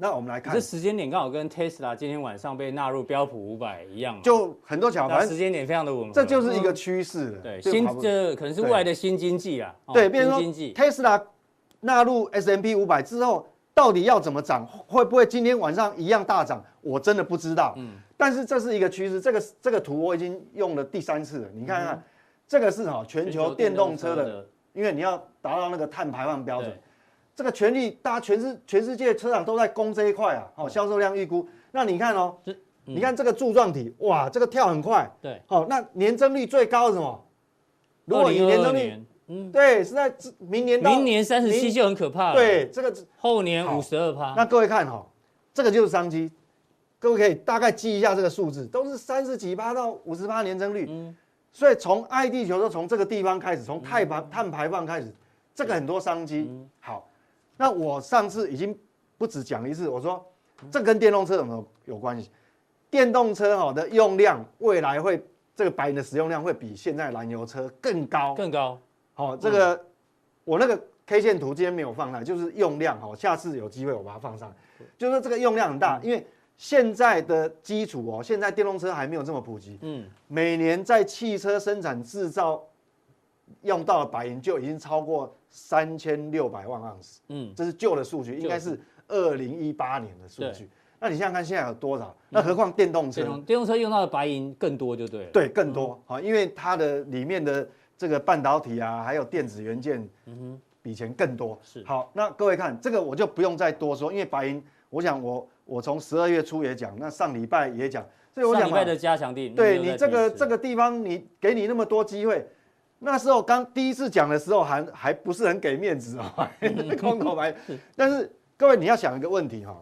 [SPEAKER 5] 那我们来看
[SPEAKER 2] 这，时间点刚好跟 Tesla 今天晚上被纳入标普五百一样嘛，
[SPEAKER 5] 就很多巧，
[SPEAKER 2] 那
[SPEAKER 5] 反
[SPEAKER 2] 时
[SPEAKER 5] 正
[SPEAKER 2] 间点非常的吻合，
[SPEAKER 5] 这就是一个趋势了。
[SPEAKER 2] 对
[SPEAKER 5] 这个
[SPEAKER 2] 新
[SPEAKER 5] 跑不
[SPEAKER 2] 这可能是未来的新经济啊，哦
[SPEAKER 5] 对，变成
[SPEAKER 2] 新
[SPEAKER 5] 说
[SPEAKER 2] 经济，
[SPEAKER 5] Tesla 纳入 S M P 五百之后，到底要怎么涨？会不会今天晚上一样大涨？我真的不知道。嗯，但是这是一个趋势，这个这个图我已经用了第三次了。你看看，
[SPEAKER 2] 嗯
[SPEAKER 5] 这个是哈全球电动车的，因为你要达到那个碳排放标准
[SPEAKER 2] 对，
[SPEAKER 5] 这个权利大家全世全世界车厂都在攻这一块啊。哦，销售量预估，那你看哦，
[SPEAKER 2] 这嗯
[SPEAKER 5] 你看这个柱状体，哇，这个跳很快。
[SPEAKER 2] 对，
[SPEAKER 5] 哦，那年增率最高是什么？如果以年
[SPEAKER 2] 2022
[SPEAKER 5] 增率
[SPEAKER 2] 年，嗯，
[SPEAKER 5] 对，是在这明年到
[SPEAKER 2] 明年三十七
[SPEAKER 5] 明
[SPEAKER 2] 就很可怕了，，
[SPEAKER 5] 对这个，
[SPEAKER 2] 后年
[SPEAKER 5] 好
[SPEAKER 2] 五十二趴，
[SPEAKER 5] 那各位看哈、这个就是商机，各位可以大概记一下这个数字，都是三十几趴到五十趴年增率，
[SPEAKER 2] 嗯
[SPEAKER 5] 所以从爱地球就从这个地方开始，从碳
[SPEAKER 2] 嗯
[SPEAKER 5] 排碳排放开始，这个很多商机。好，那我上次已经不止讲一次，我说
[SPEAKER 2] 嗯
[SPEAKER 5] 这跟电动车有没有有关系？电动车哈的用量未来会这个白银的使用量会比现在燃油车更高，
[SPEAKER 2] 更高，
[SPEAKER 5] 好、
[SPEAKER 2] 嗯
[SPEAKER 5] 这个、我那个 K 线图今天没有放上来，就是用量哦，下次有机会我把它放上来，
[SPEAKER 2] 嗯
[SPEAKER 5] 就是这个用量很大，因为现在的基础哦，现在电动车还没有这么普及，
[SPEAKER 2] 嗯，
[SPEAKER 5] 每年在汽车生产制造用到的白银就已经超过三千六百万盎司，
[SPEAKER 2] 嗯，
[SPEAKER 5] 这是旧的数据，应该是二零一八年的数据。那你想想看，现在有多少？那何况电动车？
[SPEAKER 2] 嗯电动电动车用到的白银更多就对了，嗯
[SPEAKER 5] 对，更多好，因为它的里面的这个半导体啊，还有电子元件，比以前更多。
[SPEAKER 2] 嗯是
[SPEAKER 5] 好，那各位看这个我就不用再多说，因为白银，我想我我从十二月初也讲，那上礼拜也讲，所以我
[SPEAKER 2] 上
[SPEAKER 5] 想
[SPEAKER 2] 礼
[SPEAKER 5] 嘛
[SPEAKER 2] 拜的加强定，
[SPEAKER 5] 对
[SPEAKER 2] 又
[SPEAKER 5] 你
[SPEAKER 2] 再
[SPEAKER 5] 这
[SPEAKER 2] 提
[SPEAKER 5] 个
[SPEAKER 2] 一次
[SPEAKER 5] 这个地方你给你那么多机会。那时候刚第一次讲的时候还还不是很给面子哦， 空口白。但是各位你要想一个问题哈、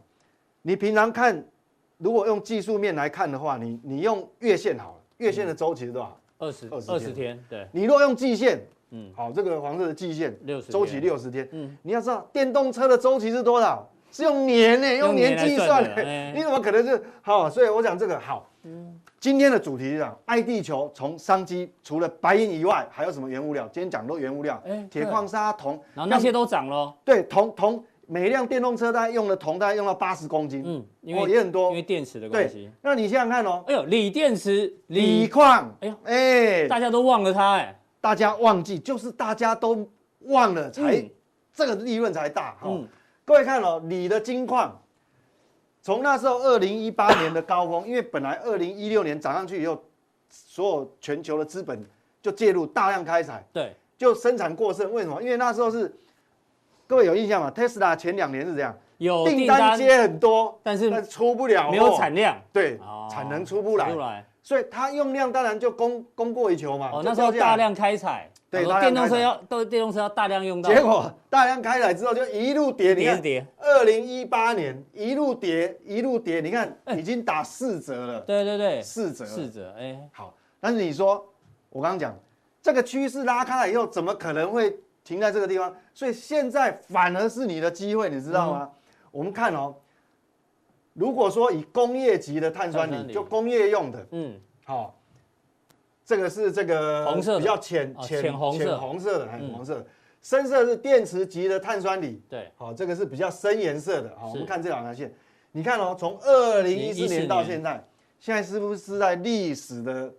[SPEAKER 5] 你平常看如果用技术面来看的话，你你用月线好了，月线的周期是多少？
[SPEAKER 2] 二十
[SPEAKER 5] 20
[SPEAKER 2] 二十天，对，
[SPEAKER 5] 你若用季线，
[SPEAKER 2] 嗯
[SPEAKER 5] 嗯，好，这个黄色的季线，
[SPEAKER 2] 60天
[SPEAKER 5] 周期六十天，
[SPEAKER 2] 嗯
[SPEAKER 5] 嗯，你要知道电动车的周期是多少？是用年呢、
[SPEAKER 2] 用
[SPEAKER 5] 用
[SPEAKER 2] 年
[SPEAKER 5] 年计
[SPEAKER 2] 来算
[SPEAKER 5] 算、
[SPEAKER 2] 的哎嗯
[SPEAKER 5] 欸，你怎么可能是好？所以我讲这个好，今天的主题是讲爱地球，从商机除了白银以外，还有什么原物料？今天讲都原物料
[SPEAKER 2] 哎，
[SPEAKER 5] 铁
[SPEAKER 2] 对
[SPEAKER 5] 矿砂、铜，
[SPEAKER 2] 然后那些都涨喽，
[SPEAKER 5] 对铜铜，每一辆电动车大概用的铜大概用到八十公斤，
[SPEAKER 2] 嗯
[SPEAKER 5] 嗯，，
[SPEAKER 2] 因为、
[SPEAKER 5] 哦也很多
[SPEAKER 2] 因为电池的关
[SPEAKER 5] 对
[SPEAKER 2] 系。。
[SPEAKER 5] 那你想想看哦，
[SPEAKER 2] 哎呦，锂电池，
[SPEAKER 5] 锂
[SPEAKER 2] 锂，
[SPEAKER 5] 矿，
[SPEAKER 2] 哎呦
[SPEAKER 5] 哎呦，哎，
[SPEAKER 2] 大家都忘了它哎、
[SPEAKER 5] 大家忘记，就是大家都忘了才、
[SPEAKER 2] 嗯
[SPEAKER 5] 这个利润才大哈、哦
[SPEAKER 2] 嗯
[SPEAKER 5] 各位看哦，锂的金矿，从那时候二零一八年的高峰，因为本来二零一六年涨上去以后，所有全球的资本就介入大量开采，
[SPEAKER 2] 对，
[SPEAKER 5] 就生产过剩。为什么？因为那时候是各位有印象吗？Tesla 前两年是这样，
[SPEAKER 2] 有
[SPEAKER 5] 订
[SPEAKER 2] 订单
[SPEAKER 5] 单接很多，
[SPEAKER 2] 但是
[SPEAKER 5] 出不了货，
[SPEAKER 2] 没有产量，
[SPEAKER 5] 对、
[SPEAKER 2] 哦
[SPEAKER 5] 产能出不来，
[SPEAKER 2] 出来。
[SPEAKER 5] 所以它用量当然就供供过于求嘛。
[SPEAKER 2] 哦，
[SPEAKER 5] 就
[SPEAKER 2] 那时候
[SPEAKER 5] 掉下来
[SPEAKER 2] 大量开采，
[SPEAKER 5] 对
[SPEAKER 2] 我说
[SPEAKER 5] 大
[SPEAKER 2] 电
[SPEAKER 5] 量
[SPEAKER 2] 动车
[SPEAKER 5] 开采
[SPEAKER 2] 要都电动车要大量用到，
[SPEAKER 5] 结果大量开采之后就一路跌，你
[SPEAKER 2] 跌
[SPEAKER 5] 看
[SPEAKER 2] 是跌，
[SPEAKER 5] 二零一八年一路跌一路跌，你看已经打四折了，
[SPEAKER 2] 哎对对对，
[SPEAKER 5] 四折，
[SPEAKER 2] 四折，哎、
[SPEAKER 5] 好。但是你说，我刚刚讲这个趋势拉开了以后，怎么可能会停在这个地方？所以现在反而是你的机会，你知道吗？
[SPEAKER 2] 嗯
[SPEAKER 5] 我们看哦，如果说以工业级的碳酸
[SPEAKER 2] 碳酸锂
[SPEAKER 5] 锂，就工业用的，
[SPEAKER 2] 嗯，
[SPEAKER 5] 好、这个是这个
[SPEAKER 2] 红色的
[SPEAKER 5] 比较浅
[SPEAKER 2] 哦浅红色嗯
[SPEAKER 5] 浅红色的，很红色的。深色是电池级的碳酸锂，
[SPEAKER 2] 对，
[SPEAKER 5] 好、这个是比较深颜色的。好、
[SPEAKER 2] 是
[SPEAKER 5] 我们看这两条线，你看哦，从二零一
[SPEAKER 2] 2014
[SPEAKER 5] 四
[SPEAKER 2] 年
[SPEAKER 5] 年到现在，现在是不是在历史的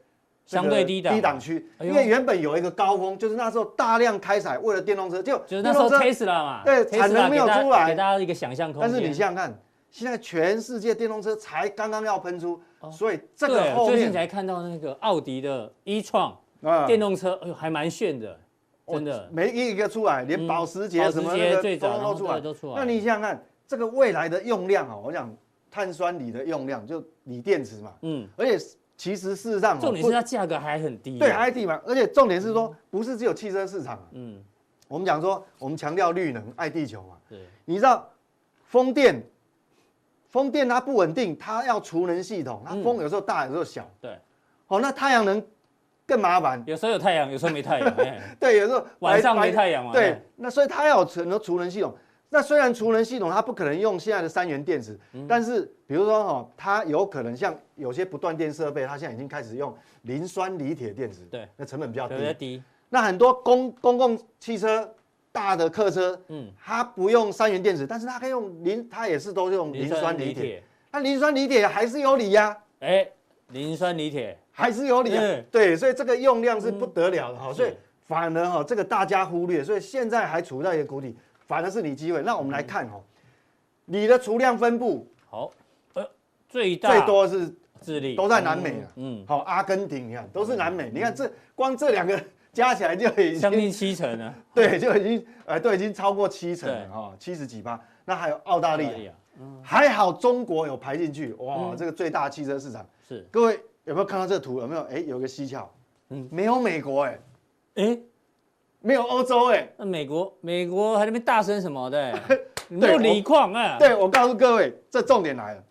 [SPEAKER 5] 这个
[SPEAKER 2] 相对低档
[SPEAKER 5] 低档区？
[SPEAKER 2] 哎呦
[SPEAKER 5] 因为原本有一个高峰，就是那时候大量开采，为了电动车，就
[SPEAKER 2] 就是那时候
[SPEAKER 5] 电动车
[SPEAKER 2] Tesla 嘛，
[SPEAKER 5] 对
[SPEAKER 2] Tesla
[SPEAKER 5] 产能没有
[SPEAKER 2] 给大家
[SPEAKER 5] 出来
[SPEAKER 2] 给大家一个想象空间。
[SPEAKER 5] 但是你想想看，现在全世界电动车才刚刚要喷出，所以这
[SPEAKER 2] 哦对
[SPEAKER 5] 个后
[SPEAKER 2] 最近才
[SPEAKER 5] 面
[SPEAKER 2] 看到那个奥迪的 e 创
[SPEAKER 5] 啊
[SPEAKER 2] 电动车，哎呦，还蛮炫的，真的，
[SPEAKER 5] 每一个出来，连哦保时
[SPEAKER 2] 嗯
[SPEAKER 5] 捷
[SPEAKER 2] 保时
[SPEAKER 5] 什么
[SPEAKER 2] 捷
[SPEAKER 5] 那个
[SPEAKER 2] 最
[SPEAKER 5] 都
[SPEAKER 2] 早然后
[SPEAKER 5] 都出来，
[SPEAKER 2] 对都出来
[SPEAKER 5] 那你想想看，这个未来的用量哦，我讲碳酸锂的用量就锂电池嘛，
[SPEAKER 2] 嗯，
[SPEAKER 5] 而且其实事实上哦
[SPEAKER 2] 重点是
[SPEAKER 5] 不
[SPEAKER 2] 它价格还很低，啊
[SPEAKER 5] 对 IT 嘛，而且重点是说不是只有汽车市场啊，
[SPEAKER 2] 嗯，
[SPEAKER 5] 我们讲说我们强调绿能爱地球嘛，
[SPEAKER 2] 对，
[SPEAKER 5] 你知道风电，风电它不稳定，它要储能系统，它
[SPEAKER 2] 嗯
[SPEAKER 5] 风有时候大有时候小，
[SPEAKER 2] 对，
[SPEAKER 5] 哦，那太阳能更麻烦，
[SPEAKER 2] 有时候有 太阳，有时候没太阳，哎
[SPEAKER 5] 对，有时候
[SPEAKER 2] 晚上
[SPEAKER 5] 白
[SPEAKER 2] 没太阳嘛
[SPEAKER 5] 对
[SPEAKER 2] 哎，
[SPEAKER 5] 那所以它要有储能储能系统，那虽然储能系统它不可能用现在的三元电池，
[SPEAKER 2] 嗯
[SPEAKER 5] 但是比如说哈、它有可能像有些不断电设备，它现在已经开始用磷酸锂铁电池，
[SPEAKER 2] 对
[SPEAKER 5] 那成本比较
[SPEAKER 2] 对。
[SPEAKER 5] 低
[SPEAKER 2] 不对？低，
[SPEAKER 5] 那很多公公共汽车、大的客车，
[SPEAKER 2] 嗯
[SPEAKER 5] 嗯，它不用三元电池，但是它可以用磷，它也是都用磷酸锂铁。，那磷酸锂铁还是有锂呀、
[SPEAKER 2] 哎，磷酸锂铁，
[SPEAKER 5] 还是有锂啊、
[SPEAKER 2] 嗯
[SPEAKER 5] 对，所以这个用量是不得了的哈、所以
[SPEAKER 2] 是
[SPEAKER 5] 反而哈、这个大家忽略，所以现在还处在一个谷底，反而是你机会。那我们来看
[SPEAKER 2] 嗯
[SPEAKER 5] 哦，锂的储量分布
[SPEAKER 2] 好，呃，最大
[SPEAKER 5] 最多是
[SPEAKER 2] 智利
[SPEAKER 5] 都在南美啊，
[SPEAKER 2] 嗯，
[SPEAKER 5] 好、阿根廷你看都是南美，你看这光这两个加起来就已
[SPEAKER 2] 将
[SPEAKER 5] 经
[SPEAKER 2] 近七成啊 呢，
[SPEAKER 5] 对，就已经呃，都已经超过七成了
[SPEAKER 2] 对
[SPEAKER 5] 哈，七十、几趴。那还有澳大利
[SPEAKER 2] 澳大利
[SPEAKER 5] 亚，
[SPEAKER 2] 亚嗯
[SPEAKER 5] 还好中国有排进去，哇，这个最大汽车市场。
[SPEAKER 2] 是，
[SPEAKER 5] 各位有没有看到这个图？有没有？哎、有个蹊跷，
[SPEAKER 2] 嗯
[SPEAKER 5] 没有美国哎、
[SPEAKER 2] 哎，
[SPEAKER 5] 没有欧洲哎、
[SPEAKER 2] 那美国美国还在那边大声什么 的，你都锂矿啊，，
[SPEAKER 5] 对，我告诉各位，这重点来了。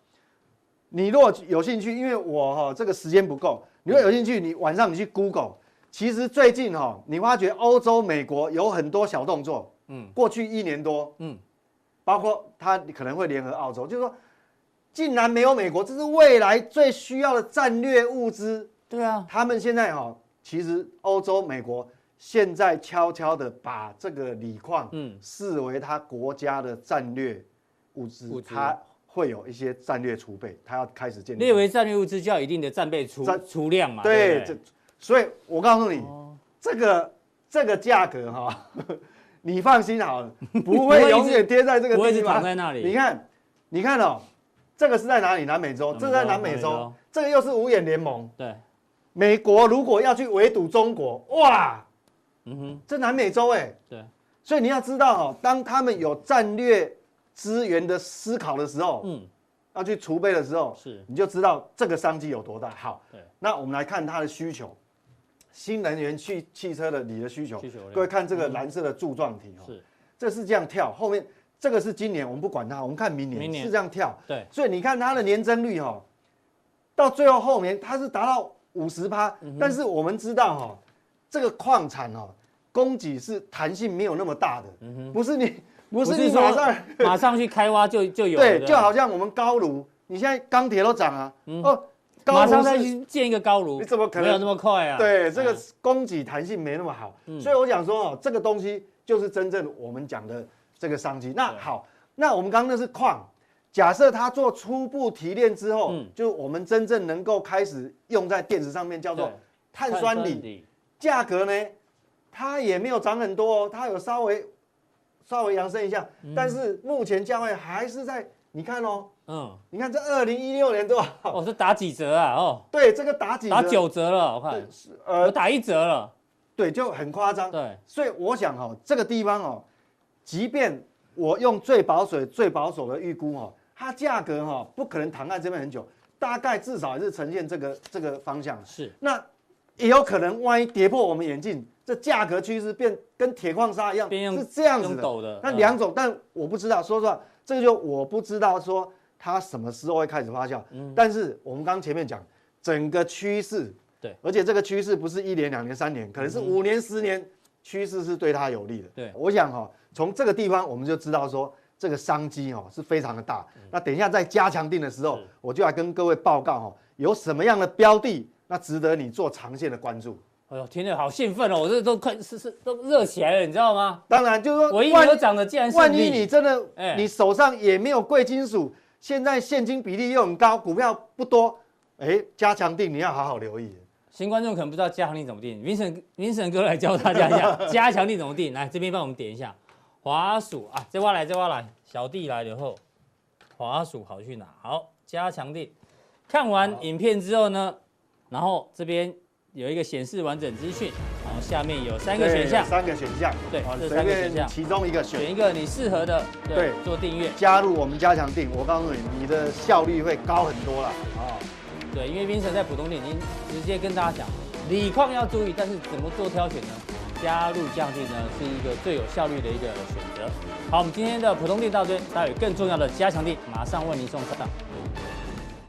[SPEAKER 5] 你如果有兴趣，因为我哈、这个时间不够，你如果有兴趣，你晚上你去 Google。其实最近哈、你发觉欧洲、美国有很多小动作，
[SPEAKER 2] 嗯
[SPEAKER 5] 嗯，过去一年多，
[SPEAKER 2] 嗯
[SPEAKER 5] 嗯，包括它可能会联合澳洲，就是说，竟然没有美国，这是未来最需要的战略物资。
[SPEAKER 2] 对啊，
[SPEAKER 5] 他们现在哈、其实欧洲、美国现在悄悄的把这个锂矿，
[SPEAKER 2] 嗯
[SPEAKER 5] 嗯，视为它国家的战略物
[SPEAKER 2] 物
[SPEAKER 5] 资，
[SPEAKER 2] 资
[SPEAKER 5] 它会有一些战略储备，它要开始建立。
[SPEAKER 2] 列为战略物资就要有一定的战备储
[SPEAKER 5] 战
[SPEAKER 2] 储量嘛，
[SPEAKER 5] 对
[SPEAKER 2] 不
[SPEAKER 5] 这，所以我告诉你，
[SPEAKER 2] 哦
[SPEAKER 5] 这个这个价格哈、 你放心好 了，不
[SPEAKER 2] 不会一
[SPEAKER 5] 会
[SPEAKER 2] 直
[SPEAKER 5] 永远跌在这个
[SPEAKER 2] 不会一直
[SPEAKER 5] 地
[SPEAKER 2] 躺
[SPEAKER 5] 方。
[SPEAKER 2] 在那里
[SPEAKER 5] 你看，你看哦，这个是在哪里？南美洲，
[SPEAKER 2] 南美洲
[SPEAKER 5] 这在南美
[SPEAKER 2] 南美洲
[SPEAKER 5] 洲，这个又是五眼联盟。
[SPEAKER 2] 对，
[SPEAKER 5] 美国如果要去围堵中国，哇，
[SPEAKER 2] 嗯哼，
[SPEAKER 5] 这南美洲哎，
[SPEAKER 2] 对，
[SPEAKER 5] 所以你要知道哦，当他们有战略资源的思考的时候，
[SPEAKER 2] 嗯，
[SPEAKER 5] 要去储备的时候，
[SPEAKER 2] 是
[SPEAKER 5] 你就知道这个商机有多大。好
[SPEAKER 2] 对，
[SPEAKER 5] 那我们来看它的需求，新能源汽汽车的你的需求
[SPEAKER 2] 需求量，嗯
[SPEAKER 5] 各位看这个蓝色的柱状体哦，
[SPEAKER 2] 是，
[SPEAKER 5] 这是这样跳，后面这个是今年，我们不管它，我们看明年
[SPEAKER 2] 明年
[SPEAKER 5] 是这样跳，
[SPEAKER 2] 对，
[SPEAKER 5] 所以你看它的年增率哈、哦，到最后后面它是达到五十趴，
[SPEAKER 2] 嗯
[SPEAKER 5] 但是我们知道哈、哦，这个矿产哦，供给是弹性没有那么大的，
[SPEAKER 2] 嗯
[SPEAKER 5] 不是你不是你
[SPEAKER 2] 说
[SPEAKER 5] 马上。
[SPEAKER 2] 马上去开挖就就有了，
[SPEAKER 5] 对，
[SPEAKER 2] 不
[SPEAKER 5] 就好像我们高炉，你现在钢铁都涨啊，哦，高
[SPEAKER 2] 嗯马上
[SPEAKER 5] 炉
[SPEAKER 2] 再
[SPEAKER 5] 是，
[SPEAKER 2] 去建一个高炉，
[SPEAKER 5] 你怎么可能
[SPEAKER 2] 没有那么快啊？
[SPEAKER 5] 对，这个
[SPEAKER 2] 嗯
[SPEAKER 5] 供给弹性没那么好，所以我想说哦，这个东西就是真正我们讲的这个商机。那好，那我们刚刚那是矿，假设它做初步提炼之后，
[SPEAKER 2] 嗯
[SPEAKER 5] 就是我们真正能够开始用在电池上面，叫做
[SPEAKER 2] 对
[SPEAKER 5] 碳酸锂。价格呢，它也没有涨很多哦，它有稍微稍微扬升一下，但是目前价位还是在，你看哦，
[SPEAKER 2] 嗯，
[SPEAKER 5] 你看这二零一六年多少？
[SPEAKER 2] 哦，是打几折啊？哦，
[SPEAKER 5] 对，这个打几折
[SPEAKER 2] 打，九折了，我看，我
[SPEAKER 5] 呃，
[SPEAKER 2] 打一折了，
[SPEAKER 5] 对，就很夸张。
[SPEAKER 2] 对，
[SPEAKER 5] 所以我想哦，这个地方哦，即便我用最保守、最保守的预估哦，它价格哈、哦、不可能躺在这边很久，大概至少还是呈现这个这个方向。
[SPEAKER 2] 是，
[SPEAKER 5] 那也有可能，万一跌破我们眼镜，这价格趋势变跟铁矿砂一样，
[SPEAKER 2] 变用
[SPEAKER 5] 是这样子
[SPEAKER 2] 用
[SPEAKER 5] 的。
[SPEAKER 2] 抖的，
[SPEAKER 5] 那
[SPEAKER 2] 嗯
[SPEAKER 5] 两种，但我不知道，说实话，这个就我不知道说它什么时候会开始发酵。
[SPEAKER 2] 嗯
[SPEAKER 5] 但是我们刚前面讲整个趋势，
[SPEAKER 2] 对，嗯
[SPEAKER 5] 而且这个趋势不是一年、两年、三年，可能是五年、十年，趋势是对它有利的。
[SPEAKER 2] 对
[SPEAKER 5] 我想哈、从这个地方我们就知道说这个商机哦是非常的大。
[SPEAKER 2] 嗯
[SPEAKER 5] 那等一下在加强定的时候，我就来跟各位报告哈、有什么样的标的那值得你做长线的关注。
[SPEAKER 2] 哎呦，听着好兴奋哦，我这都快是是都热起来了，你知道吗？
[SPEAKER 5] 当然就是说，
[SPEAKER 2] 唯一没
[SPEAKER 5] 万一
[SPEAKER 2] 有涨的竟然是
[SPEAKER 5] 万一你真的
[SPEAKER 2] 哎，
[SPEAKER 5] 你手上也没有贵金属，现在现金比例又很高，股票不多，哎，加强定你要好好留意。
[SPEAKER 2] 新观众可能不知道加强力怎么定，Vincent Vincent 哥来教大家一 下加强力怎么定。来，这边帮我们点一下滑鼠啊，这挖来，这挖来，小弟来了后，滑鼠跑去哪？好，加强力。看完影片之后呢，然后这边有一个显示完整资讯，然后下面有三个选项
[SPEAKER 5] 对，三个选项，
[SPEAKER 2] 对
[SPEAKER 5] 好
[SPEAKER 2] 这
[SPEAKER 5] 随
[SPEAKER 2] 三个选
[SPEAKER 5] 便
[SPEAKER 2] 项
[SPEAKER 5] 其中一个
[SPEAKER 2] 选
[SPEAKER 5] 选
[SPEAKER 2] 一，个你适合的，对，
[SPEAKER 5] 对
[SPEAKER 2] 做订阅。
[SPEAKER 5] 加入我们加强定，我告诉你，你的效率会高很多了。
[SPEAKER 2] 哦，对，因为 Vincent 在普通店已经直接跟大家讲，锂矿要注意，但是怎么做挑选呢？加入降低呢是一个最有效率的一个选择。好，我们今天的普通店到这边，待会有更重要的加强力马上为您送上。